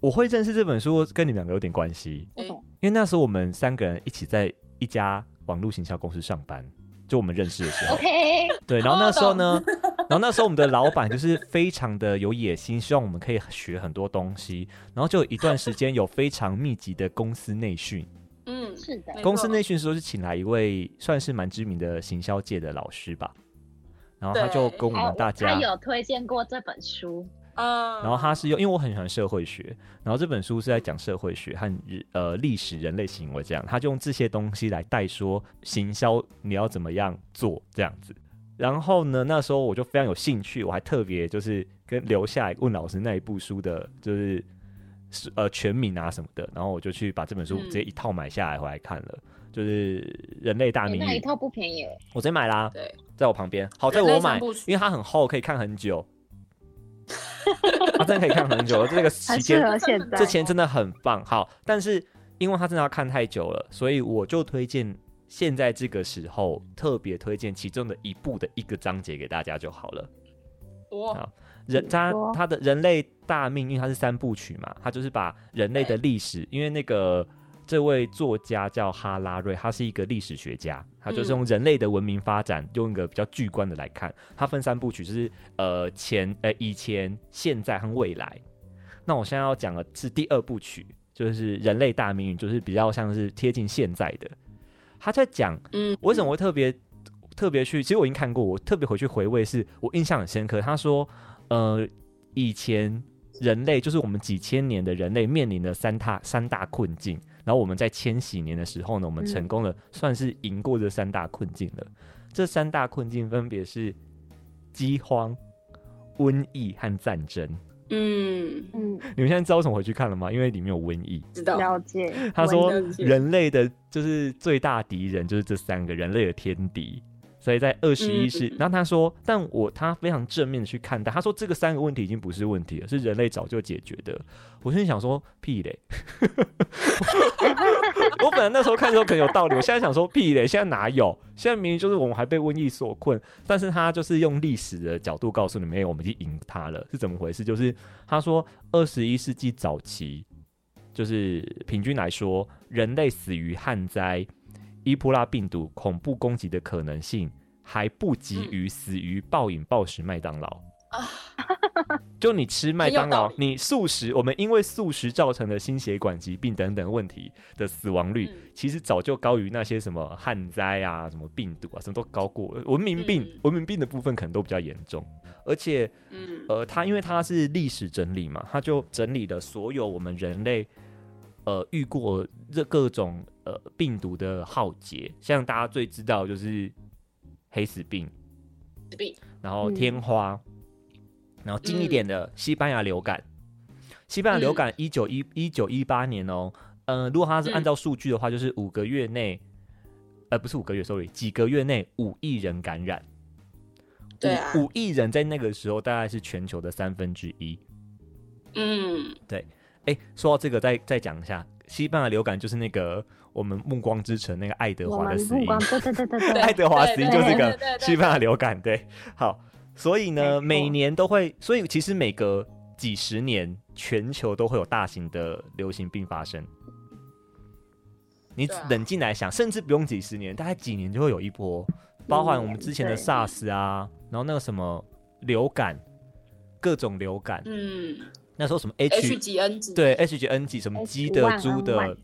B: 我会认识这本书，跟你们两个有点关系，
D: 哎
C: 为什么？
B: 因为那时候我们三个人一起在一家网络行销公司上班，就我们认识的
D: <laughs>
B: 时候。
C: OK， <laughs>
B: 对，然后那时
D: 哦
B: 候呢，然后那时候我们的老板就是非常的有野心，希望我们可以学很多东西。然后就有一段时间有非常密集的公司内训，
D: 嗯，
C: 是的
D: 没，
B: 公司内训的时候是请来一位算是蛮知名的行销界的老师吧，然后他就
D: 对哎
B: 跟我
C: 哦
B: 们大家，
C: 他有推荐过这本书，
D: 嗯，
B: 然后他是用，因为我很喜欢社会学，然后这本书是在讲社会学和日呃历史、人类行为这样，他就用这些东西来带说行销你要怎么样做这样子。然后呢，那时候我就非常有兴趣，我还特别就是跟留下来问老师那一部书的，就是是呃全名啊什么的，然后我就去把这本书
D: 嗯
B: 直接一套买下来回来看了，就是《人类大
C: 哎
B: 名
C: 那一
B: 运》，
C: 套不便宜耶，
B: 我直接买啦，
D: 对，
B: 在我旁边，好在
D: 人类
B: 我
D: 三
B: 买
D: 部曲， <laughs>
B: 因为它很厚，可以看很久。啊，真的可以看很久了，这个期
C: 很适
B: 间
C: 合现在哦
B: 这。钱真的很棒。好，但是因为他真的要看太久了，所以我就推荐现在这个时候特别推荐其中的一部的一个章节给大家就好了。
D: 哇
B: 好，人他
C: 说
B: 他的人类大命运，它是三部曲嘛，他就是把人类的历史，因为那个这位作家叫哈拉瑞，他是一个历史学家，他就是用人类的文明发展，用一个比较巨观的来看，它分三部曲，就是呃前呃以前、现在和未来。那我现在要讲的是第二部曲，就是人类大命运，就是比较像是贴近现在的。他在讲
D: 嗯，
B: 我为什么会特别特别去？其实我已经看过，我特别回去回味是，我印象很深刻。他说，呃，以前人类就是我们几千年的人类面临的三大三大困境，然后我们在千禧年的时候呢，我们
C: 嗯
B: 成功了，算是赢过这三大困境了。这三大困境分别是饥荒、瘟疫和战争。
D: 嗯，
C: 嗯，
B: 你们现在知道为什么回去看了吗？因为里面有瘟疫。
D: 知道，
C: 了解。
D: <laughs>
B: 他说
D: 了解
B: 人类的就是最大敌人就是这三个人类的天敌，所以在二十一世
D: 嗯，
B: 然后他说，但我他非常正面的去看待，他说这个三个问题已经不是问题了，是人类早就解决的。我心里想说屁嘞， <laughs> 我本来那时候看的时候可能有道理，我现在想说屁嘞，现在哪有？现在明明就是我们还被瘟疫所困，但是他就是用历史的角度告诉你们，没有，我们已经赢他了，是怎么回事？就是他说，二十一世纪早期，就是平均来说，人类死于旱灾、伊波拉病毒恐怖攻击的可能性，还不及于死于暴饮暴食麦当劳。
D: 嗯啊
B: <laughs> 就你吃麦当
D: 很有
B: 劳
D: 道，
B: 你素食，我们因为素食造成的心血管疾病等等问题的死亡率，
D: 嗯
B: 其实早就高于那些什么旱灾啊、什么病毒啊，什么都高过了。文明病、
D: 嗯
B: 文明病的部分可能都比较严重，而且
D: 嗯，
B: 呃，他因为他是历史整理嘛，他就整理了所有我们人类呃遇过这各种呃病毒的浩劫，像大家最知道就是黑死病，
D: 纸币，
B: 然后
C: 嗯
B: 天花，然后近一点
D: 嗯
B: 的西班牙流感。西班牙流感一九一一九一八年哦，呃，如果它是
D: 嗯
B: 按照数据的话，就是五个月内，呃，不是五个月，sorry，几个月内五亿人感染。
D: 对啊
B: 五五亿人在那个时候大概是全球的三分之一。
D: 嗯，
B: 哎，说到这个，再再讲一下，西班牙流感就是那个我们《暮光之城》那个爱德
C: 我
B: 华
C: 们
B: 的死
C: 目
B: 因。
C: 光，对对对对
B: <laughs>
C: 对，
B: 爱德华
D: 对
B: 死因
D: 对
B: 就是这
D: 对对
B: 个
D: 对对
B: 西班牙流感，对，好，所以
C: 没
B: 呢，
C: 错
B: 每年都会，所以其实每隔几十年，全球都会有大型的流行病发生。你
D: 对啊
B: 冷静来想，甚至不用几十年，大概几年就会有一波，
D: 嗯
B: 包含我们之前的
C: 对
B: SARS 啊，然后那个什么流感，各种流感，
D: 嗯
B: 那时候什么
D: ，H 几 N 几，
B: 对 H 几 N 几什么
C: H
B: 鸡的、
C: 万
B: 猪
C: N
B: 的
C: 万，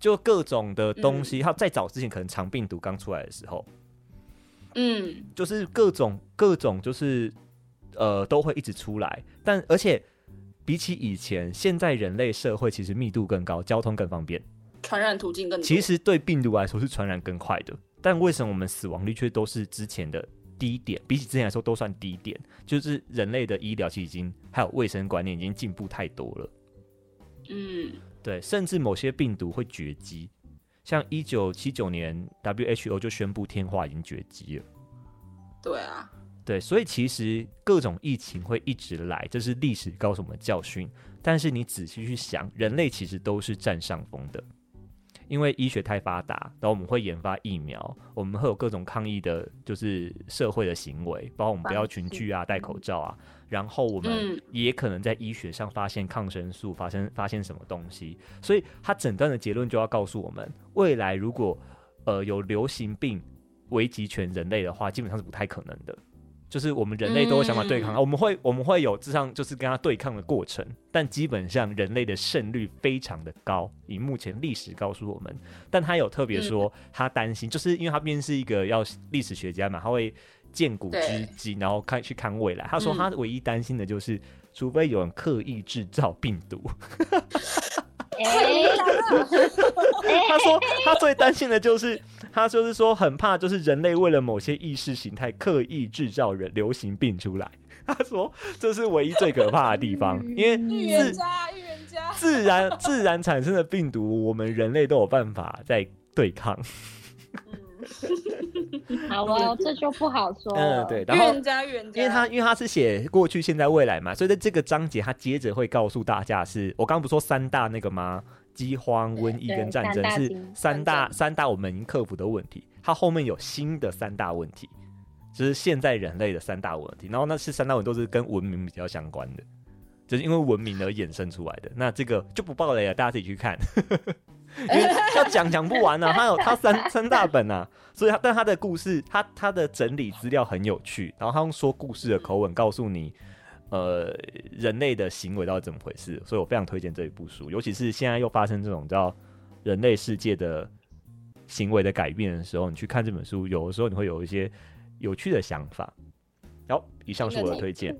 B: 就各种的东西。它再早之前可能肠病毒刚出来的时候，
D: 嗯，
B: 就是各种各种就是呃都会一直出来，但而且比起以前，现在人类社会其实密度更高，交通更方便，
D: 传染途径更多，
B: 其实对病毒来说是传染更快的。但为什么我们死亡率却都是之前的低点？比起之前来说都算低点，就是人类的医疗其实已经还有卫生观念已经进步太多了。
D: 嗯，
B: 对，甚至某些病毒会绝迹，像一九七九年 WHO 就宣布天花已经绝迹了。
D: 对啊，
B: 对，所以其实各种疫情会一直来，这是历史告诉我们的教训。但是你仔细去想，人类其实都是占上风的，因为医学太发达，然后我们会研发疫苗，我们会有各种抗议的，就是社会的行为，包括我们不要群聚啊、戴口罩啊，然后我们
D: 嗯
B: 也可能在医学上发现抗生素，发生发现什么东西，所以他诊断的结论就要告诉我们，未来如果呃有流行病危及全人类的话，基本上是不太可能的。就是我们人类都有想法对抗，
D: 嗯
B: 啊我们会我们会有这上就是跟他对抗的过程，但基本上人类的胜率非常的高，以目前历史告诉我们。但他有特别说，
D: 嗯
B: 他担心，就是因为他毕竟是一个要历史学家嘛，他会见古知
D: 对
B: 今，然后看去看未来。他说
D: 嗯
B: 他唯一担心的就是，除非有人刻意制造病毒。
C: 哎，
B: <laughs> 他说他最担心的就是，他就是说很怕，就是人类为了某些意识形态刻意制造人流行病出来。 <laughs> 他说这是唯一最可怕的地方，因为自
D: 预言家，预言家，
B: 自然自然产生的病毒，我们人类都有办法在对抗。
D: 嗯，
C: 好哦，这就不好说了。
B: 嗯，对，然后
D: 冤家冤家，
B: 因为他因为他是写过去、现在、未来嘛，所以在这个章节，他接着会告诉大家是，我刚刚不是说三大那个吗？饥荒、瘟疫
C: 对
B: 跟战
C: 三
B: 争
C: 大
B: 是
C: 经
B: 三大
D: 战
B: 三大我们已经克服的问题，它后面有新的三大问题，就是现在人类的三大问题。然后那是三大问题都是跟文明比较相关的，就是因为文明而衍生出来的。那这个就不爆雷了，大家自己去看， <laughs> 因为要讲讲不完啊。它有它三三大本啊，所以它但它的故事，它它的整理资料很有趣，然后它用说故事的口吻告诉你。呃，人类的行为到底怎么回事？所以我非常推荐这一部书，尤其是现在又发生这种叫人类世界的行为的改变的时候，你去看这本书，有的时候你会有一些有趣的想法。然后，以上是我的推荐。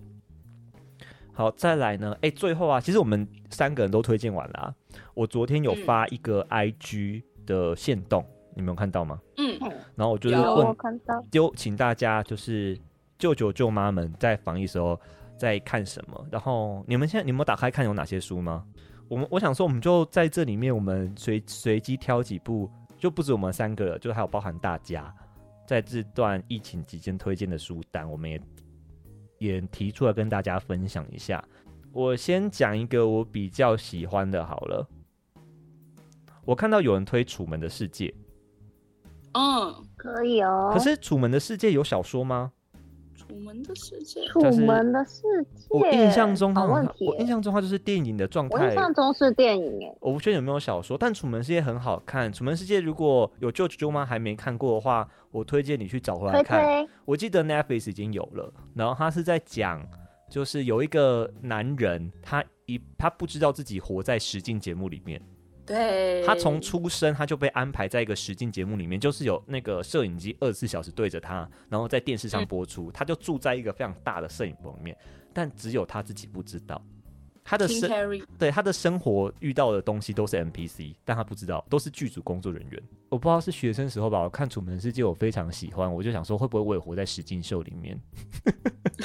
B: 好，再来呢？哎，最后啊，其实我们三个人都推荐完了、啊。我昨天有
D: 嗯
B: 发一个 IG 的限动，你们有看到吗？
D: 嗯，
B: 然后我就是
D: 有
C: 有
B: 问
C: 我看到，
B: 丢，请大家就是舅舅舅妈们在防疫时候在看什么？然后你们现在你们有打开看有哪些书吗？我们我想说，我们就在这里面，我们随随机挑几部，就不止我们三个了，就还有包含大家在这段疫情期间推荐的书单，我们也也提出来跟大家分享一下。我先讲一个我比较喜欢的好了，我看到有人推《楚门的世界》，
D: 嗯，
C: 可以哦。
B: 可是《楚门的世界》有小说吗？
D: 楚门的世界，
C: 楚门的世界，
B: 我印象中他
C: 好
B: 好
C: 问
B: 像，
C: 题
B: 我印
C: 耶。
B: 象中他就是电影的状
C: 我印
B: 态。
C: 象中是电影诶，
B: 我不确定有没有小说，但《楚门世界》很好看。《楚门世界》如果有舅舅舅妈还没看过的话，我推荐你去找回来
C: 推
B: 看。
C: 推，
B: 我记得 Netflix 已经有了，然后他是在讲，就是有一个男人，他一他不知道自己活在实境节目里面，
D: 对，
B: 他从出生他就被安排在一个实境节目里面，就是有那个摄影机二十四小时对着他，然后在电视上播出。他就住在一个非常大的摄影棚里面，但只有他自己不知道。他的
D: Tim
B: 生
D: Carrey，
B: 对他的生活遇到的东西都是 NPC，但他不知道，都是剧组工作人员。我不知道是学生时候吧，我看《楚门的世界》我非常喜欢，我就想说会不会我也活在石进秀里面？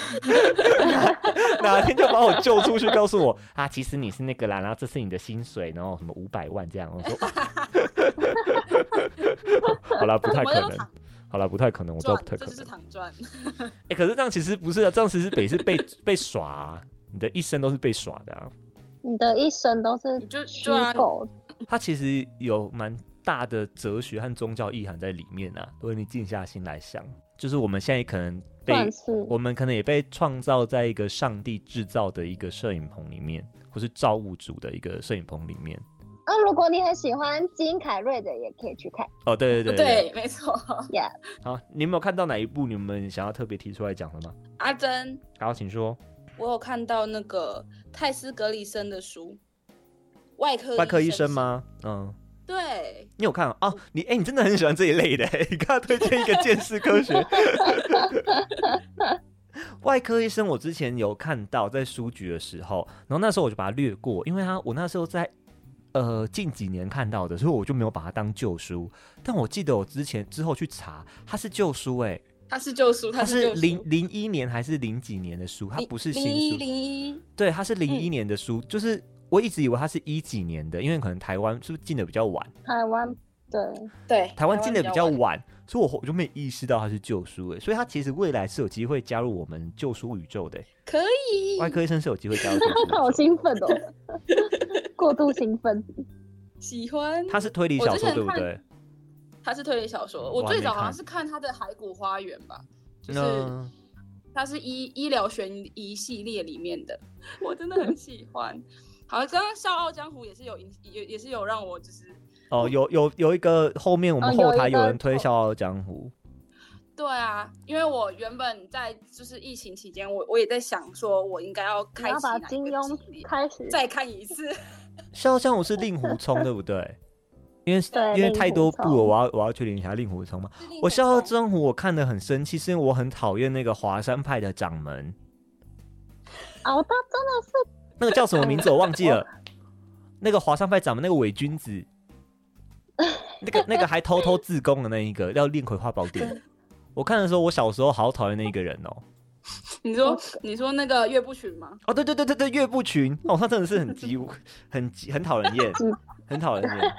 B: <laughs> 哪天就把我救出去，告诉我啊，其实你是那个啦，然后这是你的薪水，然后什么五百万这样。我说，好啦，不太可能。好啦，不太可能，我知道
D: 赚
B: 不太，
D: 这
B: 可
D: 就
B: 能
D: 是。躺赚，
B: 哎、可是这样其实不是啊，这样其实得是被 <laughs> 被耍、啊，你的一生都是被耍的啊。
C: 你的一生都是
D: 你就
C: 虚
D: 对啊
C: 构，
B: 它其实有蛮大的哲学和宗教意涵在里面啊。如果你静下心来想，就是我们现在可能被
C: 算是
B: 我们可能也被创造在一个上帝制造的一个摄影棚里面，或是造物主的一个摄影棚里面。
C: 那如果你很喜欢金凯瑞的，也可以去看。
B: 哦，对
D: <laughs>
B: 对对
D: 对，没错，
B: 好，你们有看到哪一部你们想要特别提出来讲的吗？
D: 阿珍，
B: 好，请说。
D: 我有看到那个泰斯格里森的书，外科
B: 外呃科医生？吗？嗯，
D: 对，
B: 你有看啊哦？你哎、你真的很喜欢这一类的，欸你刚刚推荐一个见识科学。 <laughs> 外科医生，我之前有看到在书局的时候，然后那时候我就把它略过，因为他我那时候在呃近几年看到的，所以我就没有把它当旧书。但我记得我之前之后去查，它是旧书哎、
D: 他是救赎，
B: 它
D: 是
B: 是
D: 救赎
B: 零零一年还是零几年的书，它不是新
D: 零一
B: 书，
D: 零嗯一，
B: 对，它是零一年的书，就是我一直以为它是一几年的，因为可能台湾是不是进的比较晚。
C: 台湾
B: <laughs>
C: 对，
D: 对，
B: 台湾进的比较
D: 晚。
B: 晚，所以我我就没意识到它是旧书欸诶，所以它其实未来是有机会加入我们旧书宇宙的诶。
D: 可以，
B: 外科医生是有机会加入旧书宇
C: 好 <laughs>
B: 宙，
C: 兴奋
B: <laughs>
C: 哦，过度兴奋。
D: 喜欢。
B: 它是推理小
D: 我之
B: 说
D: 前
B: 对不
D: 看
B: 对？
D: 它是推理小说，
B: 我
D: 我
B: 还
D: 最
B: 没
D: 早好
B: 看嗯
D: 像是看他的《骸骨花园》吧，就是
B: 那
D: 它是医医疗悬疑系列里面的，我真的很喜欢。好，刚刚《笑傲江湖》也是有影，也也是有让我就是
B: 哦，有有有一个后面我们
C: 哦
B: 后
C: 有一
B: 台有
C: 个
B: 人推《
C: 后
B: 笑傲江湖
D: 对啊，因为我原本在就是疫情期间，我我也在想说，我应该要
C: 你
D: 开
B: 啊
C: 要
D: 启
C: 把
D: 哪
C: 金
D: 一个
C: 庸
D: 系列，
C: 开始，
D: 再看一次。》， <laughs>
B: 《笑傲江湖》是令狐冲对不对？因为
C: 对
B: 因为
C: 令
B: 太
C: 狐
B: 多部了，
C: 冲
B: 我要我要确定一下令狐冲嘛。我《笑傲江湖》我看得很生气，是因为我很讨厌那个华山派的掌门，
C: 熬到真的是
B: 那个叫什么名字我忘记了。那个华商派掌门那个伪君子，那个那个还偷偷自宫的那一个，要练《葵花宝典》。我看的时候，我小时候好讨厌那一个人哦。
D: 你说
C: 嗯
D: 你说那个岳不群吗？
B: 哦，对对对对 <laughs> 对，岳不群，哦，他真的是很急，很急，很讨人厌，很讨人厌。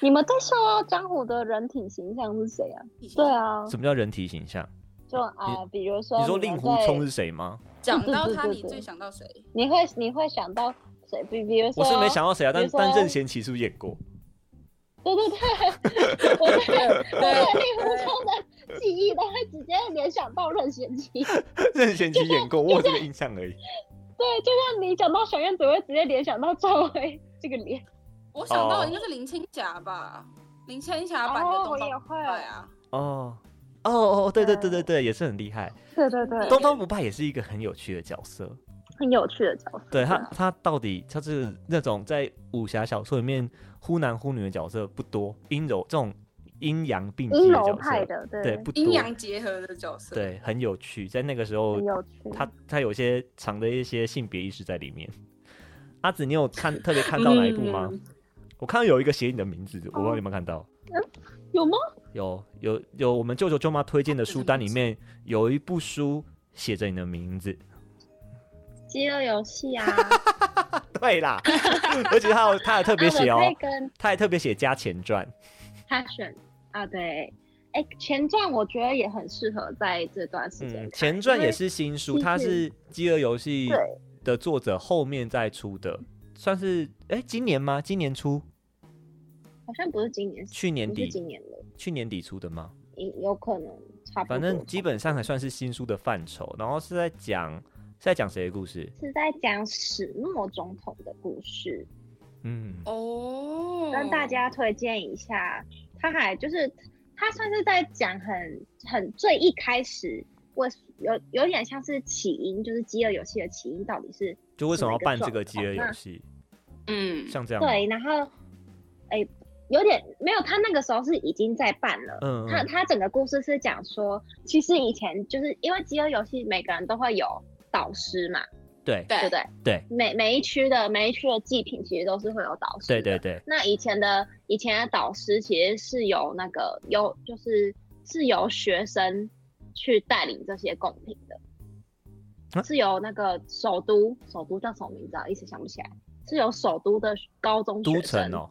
C: 你们在笑傲江湖的人体形象是谁啊？对啊，
B: 什么叫人体形象？
C: 就啊、呃比如说
B: 你说
C: 们
B: 令狐
C: 在
B: 冲是谁吗？
D: 讲到他，
C: <laughs> 对对对
D: 你
C: 对
D: 最想
B: <laughs>
D: 到谁？
C: 你会你会想到谁？比比如说，
B: 我是没想到谁啊，
C: 比
B: 但
C: 如说
B: 但任贤齐是不是演过？<laughs>
C: 对对对，我 <laughs> 对我对令狐冲的记忆都会直接联想到任贤齐。
B: 任贤齐演过，我有这个印象而已。
C: 对，就像你讲到小燕子，我会直接联想到赵薇这个脸。
D: 我想到
B: 哦
D: 的应该是林青霞吧，林青霞版的
C: 哦
D: 东
C: 我也
D: 方
C: 会
D: 不败啊。
B: 哦哦哦，对对对对对，也是很厉害。
C: 对对对
B: 东方不败也是一个很有趣的角色，
C: 很有趣的角色。
B: 对他
C: 啊
B: 他到底他是那种在武侠小说里面忽男忽女的角色不多，阴柔这种阴阳并济
C: 阴
B: 的
C: 柔
B: 角
C: 派
B: 色，
C: 的，
B: 对不多
D: 阴，阳结合的角色，，
B: 对很有趣，在那个时候
C: 很有趣。
B: 他他有一些藏的一些性别意识在里面。阿紫，你有看特别看到哪一部吗？
D: 嗯
B: 我看到有一个写你的名字，我不知道你有没有看到。
C: 有吗？
B: 有有有，我们舅舅舅妈推荐的
D: 这是
B: 书单
D: 什么
B: 里
D: 意思
B: 面有一部书写着你的名字。 <laughs>
C: 饥饿游戏 <laughs> 啊，
B: 对啦， <laughs> 而且他有他还特别写哦
C: <laughs> 啊我，可以跟
B: 他还特别写加前传。
C: 他选啊，对。哎，前传我觉得也很适合在这段时间
B: 嗯，
C: 看。
B: 前传
C: 因为
B: 也是新书，
C: 毕
B: 它是《饥饿游戏
C: 对》
B: 的作者后面再出的，算是哎、今年吗？今年出？
C: 好像不是今年，
B: 去年
C: 不是
B: 底？
C: 今年的，
B: 去年底出的吗？
C: 有有可能差不多。
B: 反正基本上还算是新书的范畴。然后是在讲是在讲谁的故事？
C: 是在讲史诺总统的故事，
B: 嗯，
D: 哦，
C: 让大家推荐一下。他还就是他算是在讲很很最一开始，我有有点像是起因，就是饥饿游戏的起因到底是
B: 就为什么要办这
C: 是哪
B: 个
C: 个
B: 饥饿
C: 状
B: 游
C: 况
B: 戏？
D: 嗯，
B: 像这样吗
C: 对，然后哎、有点没有，他那个时候是已经在办了。
B: 嗯，
C: 他
B: 嗯
C: 他整个故事是讲说，其实以前就是因为饥饿游戏，每个人都会有导师嘛，
B: 对
D: 对
C: 对不对？
B: 对
C: 每每一区的每一区的祭品其实都是会有导师。
B: 对对。对，
C: 那以前的以前的导师其实是由那个由就是是由学生去带领这些贡品的，
B: 啊
C: 是由那个首都首都叫什么名字啊？一时想不起来。是由首都的高中学
B: 都
C: 生
B: 城哦，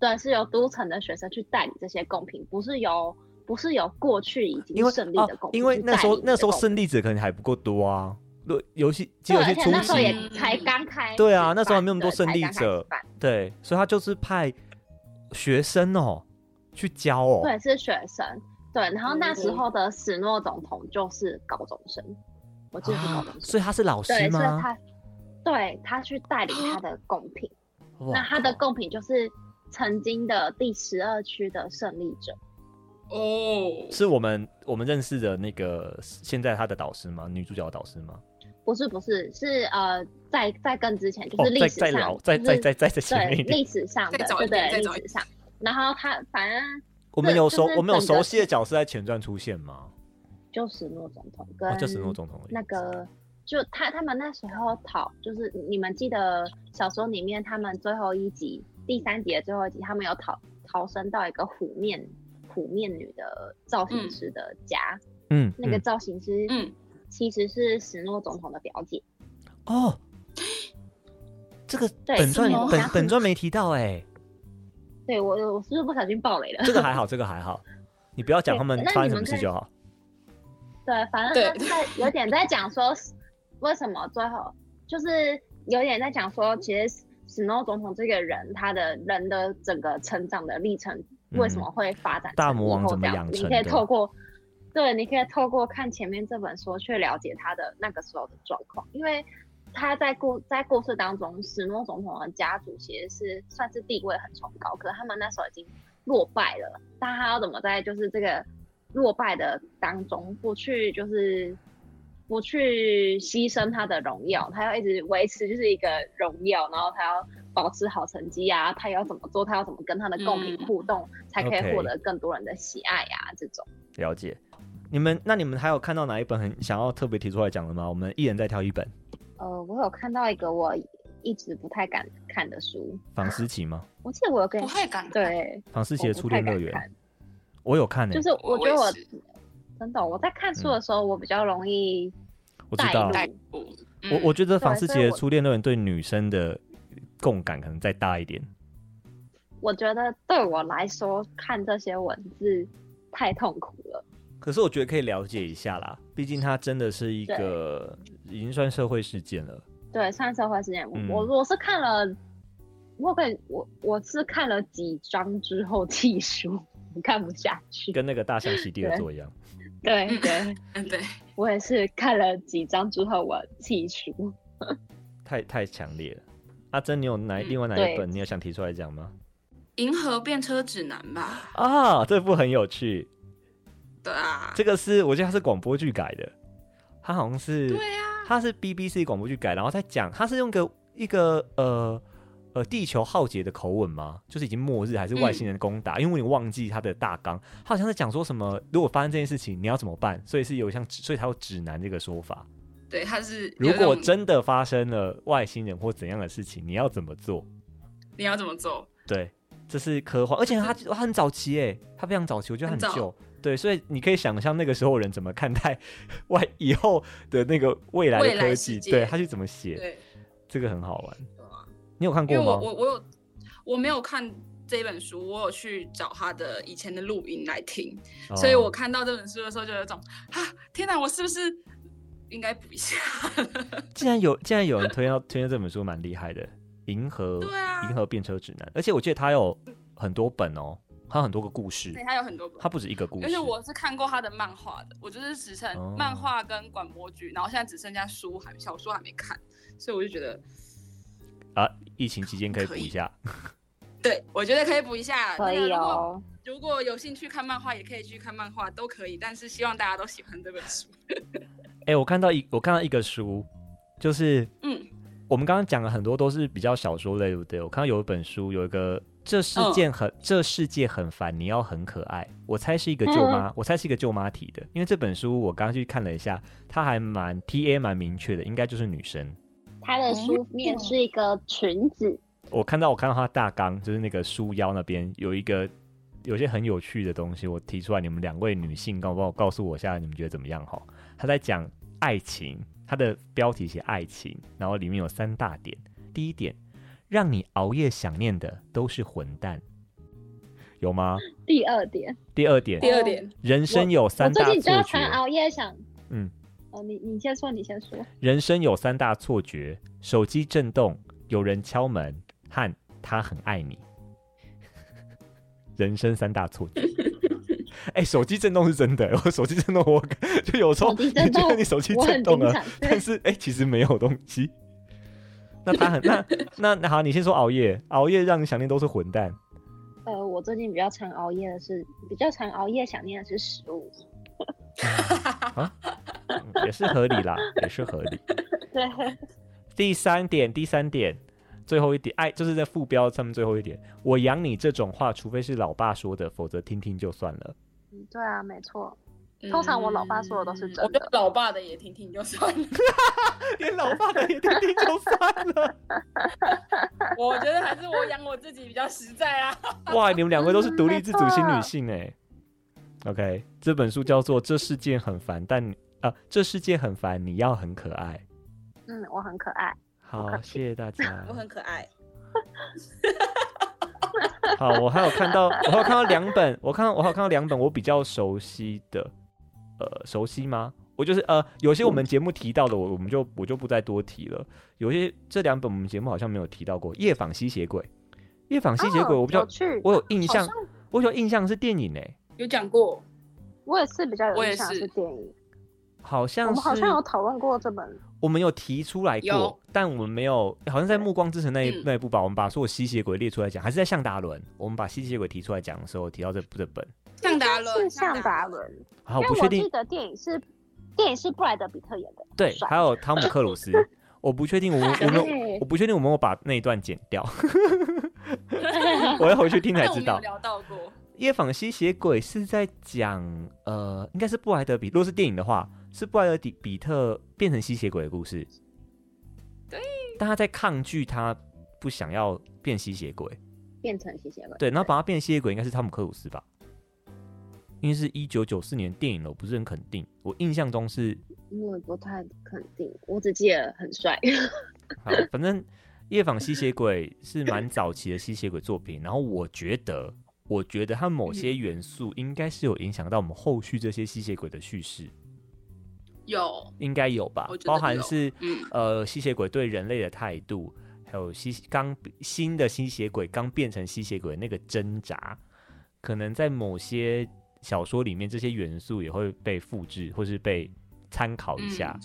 C: 对，是由都城的学生去代理这些贡品，不是由不是由过去已
B: 因
C: 经
B: 为
C: 胜利的
B: 哦
C: 贡，品、
B: 因为那时候那时候
C: 胜
B: 胜利者可能还不够多啊，对，游戏饥
C: 对，
B: 饿游
C: 而
B: 戏
C: 且
B: 初
C: 那时候也
B: 期，
C: 才刚开始办，
B: 对啊那时候还没有那么多
C: 对才
B: 胜利
C: 刚开
B: 者
C: 始办
B: 对，所以他就是派学生哦去教哦，
C: 对，是学生。对，然后那
B: 嗯
C: 时候的史诺总统就是高中生，我记得是高
B: 啊
C: 中，生。
B: 所以他是老师
C: 对，所以
B: 吗？
C: 他，对他去带领他的贡品，
B: 哇
C: 那他的贡品就是曾经的第十二区的胜利者，
D: 哦，
B: 是我们我们认识的那个现在他的导师吗？女主角的导师吗？
C: 不是不是是呃，在在更之前就
B: 哦
C: 是，历
B: 在
C: 史
B: 在
C: 上
B: 老，在在
C: 就是
B: 在在在前
C: 对
B: 面一点。
C: 历史上的
D: 再早
C: 对
D: 一点
C: 对
D: 再早一
C: 历史上，然后他反正
B: <laughs> 我们有熟，
C: 就是
B: 我们有
C: 整
B: 熟
C: 个
B: 悉的角色在前传出现吗？
C: 就史诺总统
B: 哦，
C: 跟
B: 就史诺总统而已
C: 那个，就他他们那时候讨，就是你们记得小说里面他们最后一集第三集的最后一集，他们有逃逃生到一个虎面虎面女的造型师的家，
B: 嗯，
C: 那个
B: 嗯
C: 造型师
D: 嗯，
C: 其实是史诺总统的表姐，
B: 哦，这个
C: 对
B: 本传
D: 什么
C: <laughs>
B: 本本传没提到哎，
C: 对我我是不是不小心爆雷了？
B: 这个还好，这个还好，你不要讲
C: 对
B: 他们
C: 那
B: 发生
C: 你
B: 什
C: 们
B: 么事
C: 看
B: 就好。
C: 对，反正他
D: 对
C: 在有点在讲说，为什么最后就是有点在讲说，其实史诺总统这个人，他的人的整个成长的历程，
B: 嗯
C: 为什么会发展、成
B: 大魔王
C: 以后
B: 怎么
C: 这样
B: 养
C: 子
B: 成
C: 你可以
B: 的
C: 透过，对，你可以透过看前面这本书去了解他的那个时候的状况，因为。他在故在故事当中，史诺总统的家族其实是算是地位很崇高，可是他们那时候已经落败了，但他要怎么在就是这个落败的当中不去就是不去牺牲他的荣耀，他要一直维持就是一个荣耀，然后他要保持好成绩啊，他要怎么做，他要怎么跟他的贡品
D: 嗯
C: 互动，才可以
B: OK
C: 获得更多人的喜爱啊，这种。
B: 了解，你们那你们还有看到哪一本很想要特别提出来讲的吗？我们一人再挑一本《
C: 呃，我有看到一个我一直不太敢看的书，
B: 房思琪》吗？
C: 我记得我有跟
D: 不
C: 你
D: 太敢看，
C: 对，
B: 房思
C: 我
B: 琪的
C: 不
B: 初
C: 太
B: 恋乐
C: 敢
B: 园
C: 看，
B: 我有看呢欸
C: 就，是我
D: 嗯我
C: 觉得
D: 也
C: 我
D: 是嗯
C: 真的我在看书的时候，我比较容易
B: 我知
C: 带
B: 道
C: 入，。
D: 带入
B: 我我觉得
C: 对啊
B: 房思
C: 所
B: 琪
C: 以
B: 的
C: 我
B: 初恋乐园对女生的共感可能再大一点。
C: 我觉得对我来说看这些文字太痛苦了。
B: 可是我觉得可以了解一下啦，毕竟它真的是一个已经算社会事件了。
C: 对，上社会事件，
B: 嗯
C: 我我是看了，我跟我我是看了几章之后弃书，我看不下去。
B: 跟那个大象席地而坐一样。
C: 对对，
D: 嗯，对，
C: 我也是看了几章之后我弃书。
B: 太太强烈了。阿珍，你有哪
D: 嗯
B: 另外哪一
C: 对
B: 本你有想提出来讲吗？
D: 银河变车指南吧，
B: 啊，这部很有趣，
D: 对啊，
B: 这个是我记得它是广播剧改的，它好像是
D: 对啊，
B: 它是 BBC 广播剧改，然后再讲它是用个一个呃呃地球浩劫的口吻吗？就是已经末日还是外星人攻
D: 嗯
B: 打？因为你忘记它的大纲，它好像是讲说什么如果发生这件事情你要怎么办，所以是有像指所以它有指南这个说法。
D: 对，它是
B: 如
D: 有
B: 果
D: 一种
B: 真的发生了外星人或怎样的事情，你要怎么做？
D: 你要怎么做，
B: 对，这是科幻，而且它它很早期哎，它非常早期，我觉得它
D: 很早
B: 很旧。对，所以你可以想象那个时候人怎么看待 <laughs> 外以后的那个未来
D: 未
B: 的科
D: 来世
B: 技，
D: 界
B: 对，他去怎么写，
D: 对，
B: 这个很好玩。
D: 对啊
B: 你有看
D: 因为
B: 过
D: 我
B: 吗？
D: 我我有我没有看这本书，我有去找他的以前的录音来听，
B: 哦
D: 所以我看到这本书的时候就有一种啊，天哪，我是不是应该补一下？
B: 竟然有竟然有人推荐推荐这本书，蛮厉害的，《银河
D: 对啊
B: 银河变车指南》，而且我记得它有很多本哦，它有很多个故事
D: 对，，他有很多本
B: 它。不止一个故
D: 而
B: 事
D: 且。我是看过他的漫画的，我就是只剩
B: 哦
D: 漫画跟广播剧，然后现在只剩下书还小说还没看，所以我就觉得，
B: 啊，疫情期间可以补
D: 可以
B: 一下，
D: 对我觉得可以补一下。
C: 可
D: 啊那个
C: 以
D: 如果
C: 哦，
D: 如果有兴趣看漫画，也可以去看漫画，都可以。但是希望大家都喜欢这本书。
B: 哎、我看到一我看到一个书，就是
D: 嗯，
B: 我们刚刚讲了很多都是比较小说类，对不对？我看到有一本书，有一个这世界很、这世界很烦，你要很可爱。我猜是一个舅妈，我猜是一个舅妈提的，因为这本书我刚刚去看了一下，它还蛮 T A 蛮明确的，应该就是女生。
C: 他
B: 哦
C: 的书面是一个裙子，
B: 我看到我看到它大纲，就是那个书腰那边有一个有些很有趣的东西，我提出来，你们两位女性告我告诉我一下，你们觉得怎么样？哈，他在讲爱情，他的标题写爱情，然后里面有三大点，第一点，让你熬夜想念的都是混蛋，有吗？
C: 第二点，
B: 第二点，
D: 第二点，
B: 人生有
C: 我
B: 三
C: 最
B: 大
C: 近就要
B: 错
C: 常
B: 觉，
C: 熬夜想，
B: 嗯，
C: 哦，你你先说，你先说。
B: 人生有三大错觉：手机震动、有人敲门和他很爱你。人生三大错
C: <laughs>
B: 觉。哎、手机震动是真的、 <laughs> 我手机震动我，就有时候
C: 手
B: 你
C: 机震动
B: 觉得你手机
C: 我
B: 震
C: 很
B: 动
C: 经
B: 了，
C: 常
B: 但是哎、其实没有东西。那他很那那那好，你先说熬夜，熬夜让你想念都是混蛋。
C: 呃，我最近比较常熬夜的是，比较常熬夜想念的是食物。
B: 嗯也是合理啦，也是合理。
C: 对，
B: 第三点，第三点，最后一点，哎，就是在副标上面最后一点，我养你这种话，除非是老爸说的，否则听听就算了。
C: 嗯对啊，没错。通常我老爸说的都是真的
D: 嗯我觉得老爸的也听听就算
C: <laughs>
D: 了。
B: <laughs> 连老爸的也听听就算了。
D: 我觉得还是我养我自己比较实
C: <laughs>
D: 在啊。
B: <laughs> 哇，你们两位都是独立自主型女性哎。OK，这本书叫做《这世界很烦》，但你啊、这世界很烦，你要很可爱。
C: 嗯，我很可爱。
B: 好，谢谢大家。 <laughs>
D: 可爱，
B: 好，我还有看到，我还有看到两本，我看到我还有看到两本我比较熟悉的，呃，熟悉吗？我就是呃，有些我们节目提到的，我我们就我就不再多提了。有些这两本我们节目好像没有提到过，《夜访吸血鬼》，《夜访吸血鬼》
C: 哦
B: 我比较、
C: 有趣
B: 我有印
C: 好
B: 象
C: 像，
B: 我有印象是电影诶、
D: 有讲过，
C: 我也是比较有
D: 我也
C: 印象的
D: 是
C: 是电影，
B: 好
C: 我
B: 像
C: 们
B: 是
C: 好像有讨论过这本。
B: 我们有提出来过
D: 有，
B: 但我们没有，好像在《暮光之城》那一、
D: 嗯
B: 那一部吧，我们把所有吸血鬼列出来讲，还是在向达伦，我们把吸血鬼提出来讲的时候提到这这本，
D: 像达
C: 是
D: 伦，
C: 向达
D: 达，
C: 伦，
B: 啊，我
C: 因
B: 不
C: 为
B: 确
C: 我
B: 定
C: 记得电影是电影是布莱德比特演的。
B: 对，
C: 帅
B: 还有汤姆克鲁斯，我不确定我们我们
C: 对
B: 我不确定我们有把那一段剪掉，我要回去听才
D: 但我
B: 知
D: 们 <laughs>
B: 道。
D: 有聊到过，
B: 夜访吸血鬼是在讲呃，应该是布莱德比，如果是电影的话，是布莱德比比特变成吸血鬼的故事。
D: 对，
B: 但他在抗拒他不想要变吸血鬼，
C: 变成吸血鬼，
B: 对，然后把他变吸血鬼应该是汤姆克鲁斯吧，因为是一九九四年电影了，我不是很肯定，我印象中是
C: 我也不太肯定，我只记得很帅。 <laughs>
B: 好，反正夜访吸血鬼是蛮早期的吸血鬼作品，然后我觉得，我觉得它
D: 嗯
B: 某些元素应该是有影响到我们后续这些吸血鬼的叙事，
D: 有，
B: 应该有吧
D: 我？觉得
B: 包含
D: 有
B: 是
D: 嗯，
B: 呃吸血鬼对人类的态度，还有吸刚新的吸血鬼刚变成吸血鬼那个挣扎，可能在某些小说里面，这些元素也会被复制或是被参考一
D: 嗯
B: 下。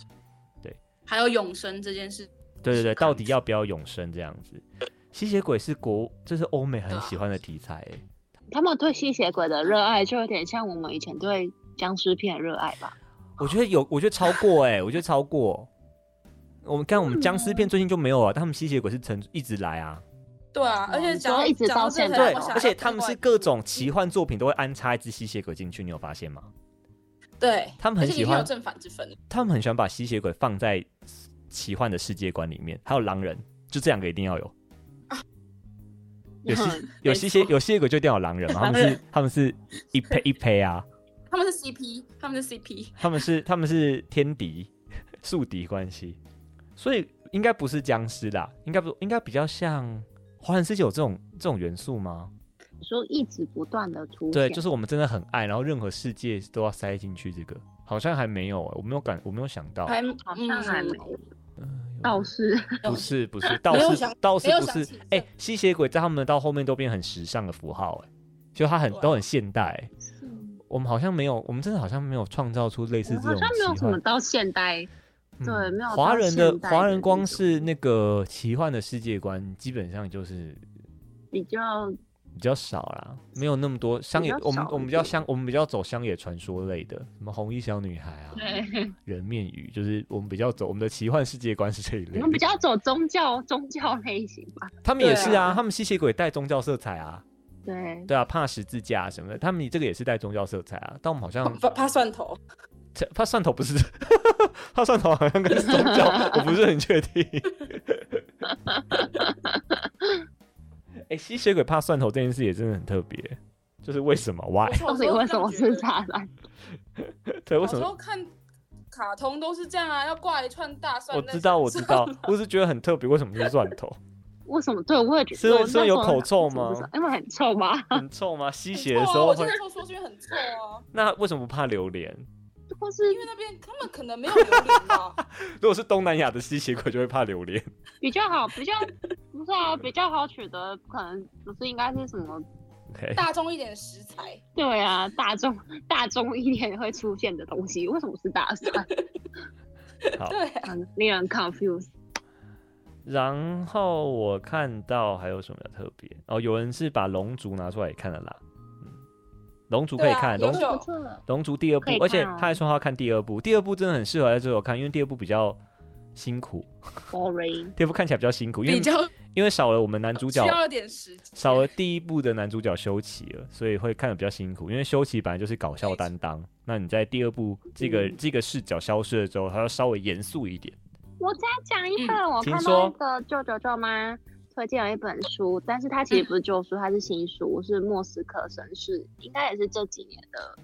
D: 还有永生这件事，
B: 对对对，
D: 是
B: 到
D: 看
B: 底
D: 着
B: 要不要永生这样子？吸血鬼是国，这是欧美很
D: 对啊
B: 喜欢的题材、欸。
C: 他们对吸血鬼的热爱，就有点像我们以前对僵尸片的热爱吧。
D: 哦
B: 我觉得有，我觉得超过哎、我觉得超过。我们看我们僵尸片最近就没有啊，但他们吸血鬼是成一直来啊，
D: 对啊，而且
C: 哦你
D: 讲
C: 说一直
D: 讲到
C: 到
D: 这
C: 现
D: 才
C: 在
D: 让
B: 对
D: 啊我想，到
B: 而且他们是
D: 怪
B: 各种奇幻作品都会安插一只吸血鬼进去，你有发现吗？
D: 对，
B: 他们很
D: 而且
B: 喜
D: 一定
B: 欢
D: 有正反之分，
B: 他们很喜欢把吸血鬼放在奇幻的世界观里面，还有狼人，就这两个一定要
D: <laughs>
B: 有。有吸
C: 嗯
B: 有
D: 没 <laughs>
B: 吸血
D: 错
B: 有吸血鬼就一定要有狼人嘛，他们
D: 狼
B: 是
D: 人
B: 他们是一配一配啊，
D: 他们是 CP，他们是 CP，
B: 他们是他们是天敌宿敌关系，所以应该不是僵尸啦，应该不应该比较像华人世界有这种这种元素吗？
C: 你说一直不断的出现，
B: 对，就是我们真的很爱，然后任何世界都要塞进去这个，好像还没有、欸，我没有感，我没有想到，
D: 还
C: 好像还没有。
D: 嗯
C: 倒
D: <laughs>
C: 是
B: 不是不
C: 啊
B: 是，倒
D: 没有
B: 是
D: 想
B: 倒是
D: 没有
B: 不
D: 想
B: 是
D: 起，
B: 哎、
D: 这
B: 吸血鬼在他们到后面都变很时尚的符号、哎，就他很
D: 对啊
B: 都很现代、欸我们好像没有，我们真的好像没有创造出类似这种
C: 好像没有
B: 奇
C: 什
B: 幻
C: 么到现代，
B: 嗯
C: 对没有
B: 华
C: 到
B: 人的
C: 现代
B: 华
C: 的
B: 人
C: 那
B: 光
C: 种
B: 是那个奇幻的世界观，基本上就是
C: 比较
B: 比较少啦，没有那么多乡野
C: 比。较
B: 我们
C: 少
B: 我们
C: 一
B: 比较
C: 点
B: 乡，我们比较走乡野传说类的，什么红衣小女孩啊，
C: 对，
B: 人面鱼，就是我们比较走我们的奇幻世界观是这一类
C: 我
B: 的。
C: 们比较走宗教宗教类型吧。
B: 他们也
D: 对
B: 是啊，他们吸血鬼带宗教色彩啊，
C: 对，
B: 对啊，怕十字架啊什么的，他们这个也是带宗教色彩啊。但我们好像
D: 怕怕蒜头，
B: 这怕蒜头不是， <laughs> 怕蒜头好像跟宗教，我不是很确定。哎、吸血鬼怕蒜头这件事也真的很特别，就是为什么？Why？
D: <laughs> 我
C: 到
D: 小
C: 底
D: 时候
C: 为什么是
D: 这样觉得？
C: 渣男？
B: 对，啊哎为
D: 小
B: 什
D: 时
B: 么？
D: 候看卡通都是这样啊，要挂一串大蒜
B: 我
D: 在
B: 知道，我
D: 身
B: 知
D: 上
B: 道，我是觉得很特别，为什么是蒜
D: <laughs>
B: 头？
C: 为什么？对，我也觉得
B: 是因为
C: 我那
B: 是因为有
C: 时候
B: 口臭
C: 想说
B: 吗
C: 因为很臭吧？
B: 很臭吗？吸
D: 很
B: 血的时
D: 臭啊
B: 候
D: 我就
B: 会
D: 那，时候说是因为很臭啊，
B: 那为什么不怕榴莲？
C: 或是
D: 因为那边他们可能没有榴莲吧，
B: 如果是东南亚的吸血鬼就会怕榴莲。
C: 比较好，比较不是啊，比较好取得，可能不是应该是什么？
B: OK，
D: 大众一点的食材，
C: 对啊，大众大众一点会出现的东西，为什么是大 <laughs> 蒜？
B: 好。
D: 对，啊
C: 很令人 confused。
B: 然后我看到还有什么比较特别哦，有人是把龙族拿出来也看了啦，嗯，龙族可
D: 对
B: 以
D: 啊
B: 看，
D: 有
B: 龙族
D: 有
B: 龙族第二部
C: 可
D: 啊
C: 以，看
B: 而且
C: 哦
B: 他还说他要看第二部，第二部真的很适合在这时候看，因为第二部比较辛苦，
C: boring。
B: 第二部看起来比较辛苦，因为
D: 比较
B: 因为少了我们男主
D: 需
B: 角，
D: 要一点时间，
B: 少了第一部的男主角修齐了，所以会看的比较辛苦，因为修齐本来就是搞笑担当，那你在第二部这个
D: 嗯
B: 这个视角消失了之后，他要稍微严肃一点，
C: 我再讲一本，我
B: 嗯请
C: 看
B: 说
C: 到一个舅舅舅妈推荐了一本书，但是它其
B: 嗯
C: 实不是旧书，它是新书，是莫斯科绅士，应该也是这几年的。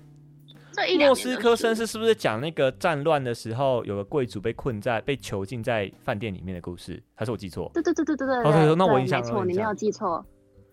C: 这一两
B: 莫
C: 年的
B: 斯科
C: 书
B: 绅士是不是讲那个战乱的时候，有个贵族被困在被囚禁在饭店里面的故事？还是我记错？
C: 对对对对对对
B: 哦对
C: 对，
B: 对那我
C: 对
B: 印象
C: 没
B: 了
C: 错，
B: 我印
C: 你没
B: 象
C: 有记错，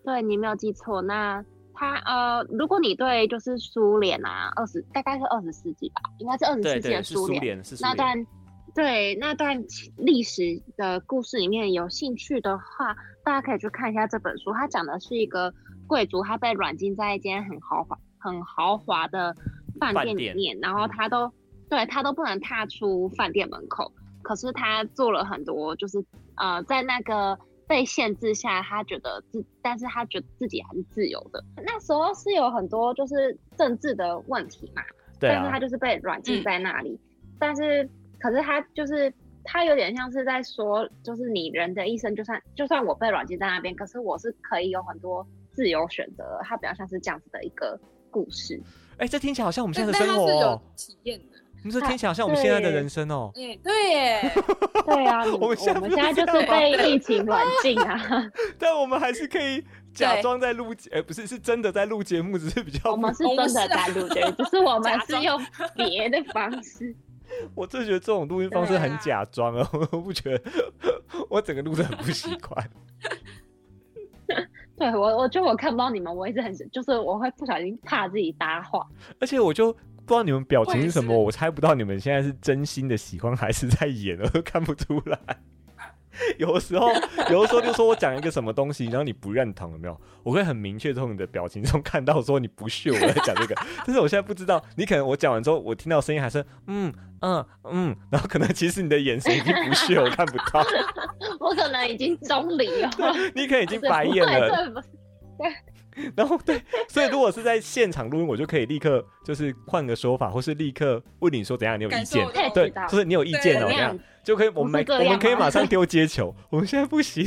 C: 对你没有记错。那他呃，如果你对就是苏联啊，二十大概是二十世纪吧，应该是二十世纪的
B: 是苏
C: 联
B: 联，是苏
C: 那
B: 联。
C: 段，对那段历史的故事里面有兴趣的话，大家可以去看一下这本书。它讲的是一个贵族，他被软禁在一间很豪华、很豪华的饭
B: 饭
C: 店里
B: 店
C: 面，然后
B: 嗯
C: 他都、对他都不能踏出饭店门口。可是他做了很多，就是呃，在那个被限制下，他觉得自，但是他觉得自己还是自由的。那时候是有很多就是政治的问题嘛，
B: 对
C: 但是
B: 啊
C: 他，就是被软禁
D: 嗯
C: 在那里。但是，可是他就是他有点像是在说，就是你人的一生，就算就算我被软禁在那边，可是我是可以有很多自由选择的。他比较像是这样子的一个故事。
B: 哎、这听起来好像我们现
D: 但
B: 在
D: 但
B: 的
D: 它
B: 生
D: 是
B: 活、
D: 有
B: 哦，
D: 体验的，
B: 你说听起来好像我们现在的
C: 对
B: 人生哦。
D: 哎，对耶，
C: 对啊，你
B: 我
C: 我
B: 们
C: 们
B: 现在
C: 现在就是被疫情软禁啊，
B: 但我们还是可以假
D: 对
B: 装在录节，哎、不是，是真的在录节目，只是比较 <laughs>
C: 我们是真的在录的，只是我们是用别的方式。
B: 我真的觉得这种录音方
C: 啊
B: 式很假装哦，我不觉得，我整个录的很不习惯。
E: 对我，我觉得我看不到你们，我一直很就是我会不小心怕自己搭话，
B: 而且我就不知道你们表情是什么，
D: 我也
B: 我
D: 是
B: 猜不到你们现在是真心的喜欢还是在演，我都看不出来。有的时候，有的时候就说我讲一个什么东西，然后你不认同，有没有？我会很明确从你的表情中看到说你不屑我在讲这个，但是我现在不知道，你可能我讲完之后，我听到声音还是嗯嗯嗯，然后可能其实你的眼神已经不屑，我看不
D: <laughs>
B: 到，
E: 我可能已经中离了，
B: 你 <laughs> 可能已经
E: 这
B: 白
E: 不
C: <laughs>
B: 眼
E: 会
B: 了，
E: 这不
B: 然后对，所以如果是在现场录音，我就可以立刻就是换个说法，或是立刻问你说怎 <laughs> 样，你有意
D: 感
B: 见
D: 受？到
B: 对
E: 知，道
B: 就是你有意见哦，
E: 怎
B: 这样
E: 样？
B: 就可以，我们
E: 不是这
B: 马我们
E: 样
B: 可以
E: 吗
B: 马上丢
E: <laughs>
B: 接球，我们现在不行，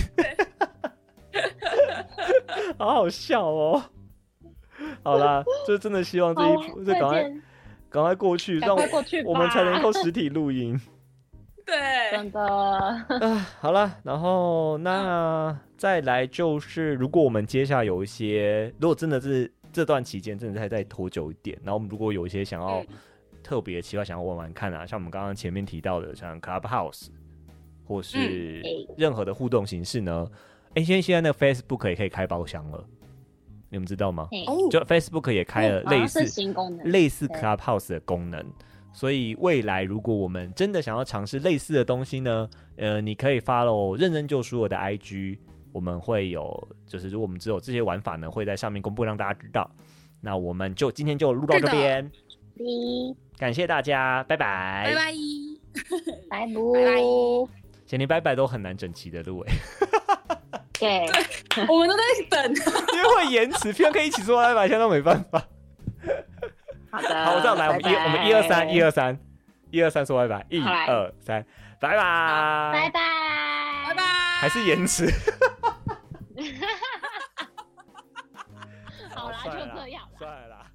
B: 好好笑哦。好啦，就真的希望这一
E: 好
B: 波，就赶快
E: 再见
B: 赶快过去，
E: 赶
B: 让我
E: 哦快过去吧，
B: 我们才能够实体录音。
D: 对，
E: <laughs> 真的
B: 啊，好了，然后那再来就是，如果我们接下来有一些，如果真的是这段期间真的再再拖久一点，然后我们如果有一些想要
D: 嗯
B: 特别期待想要玩玩看啊，像我们刚刚前面提到的，像 Clubhouse 或是任何的互动形式呢，哎、现在现在那个 Facebook 也可以开包厢了，你们知道吗？
E: 嘿
D: 哦
B: 就 Facebook 也开
C: 嗯
E: 哎
B: 了
C: 啊
E: 好像
B: 类似
E: 是新功能，
B: 类似
E: 对
B: Clubhouse 的功能。所以未来如果我们真的想要尝试类似的东西呢，呃，你可以 follow 认真救赎我的 IG，我们会有，就是如果我们只有这些玩法呢，会在上面公布让大家知道。那我们就今天就录到
D: 是
B: 这
D: 的
B: 边，
E: <laughs> 滴
B: 感谢大家，拜拜。
D: 拜
E: 拜
D: 拜。拜拜
C: 哦
E: 拜。
B: 前连拜拜都很难整齐的录诶，欸
E: 对，
D: 我们都在等，
B: <laughs> 因为会延迟，平常可以一起说拜拜，现在都没办法。
E: 好的，
B: 好，我再来，我们一我们一二三，一
E: 二，
B: 二三，一二三说拜拜，一
E: 好来
B: 二三，拜拜，
E: 拜拜，
D: 拜拜，。
B: 还是延迟。
E: 好啦，
B: 算了
E: 就
B: 啦
E: 这样啦。
B: 啊算了啦。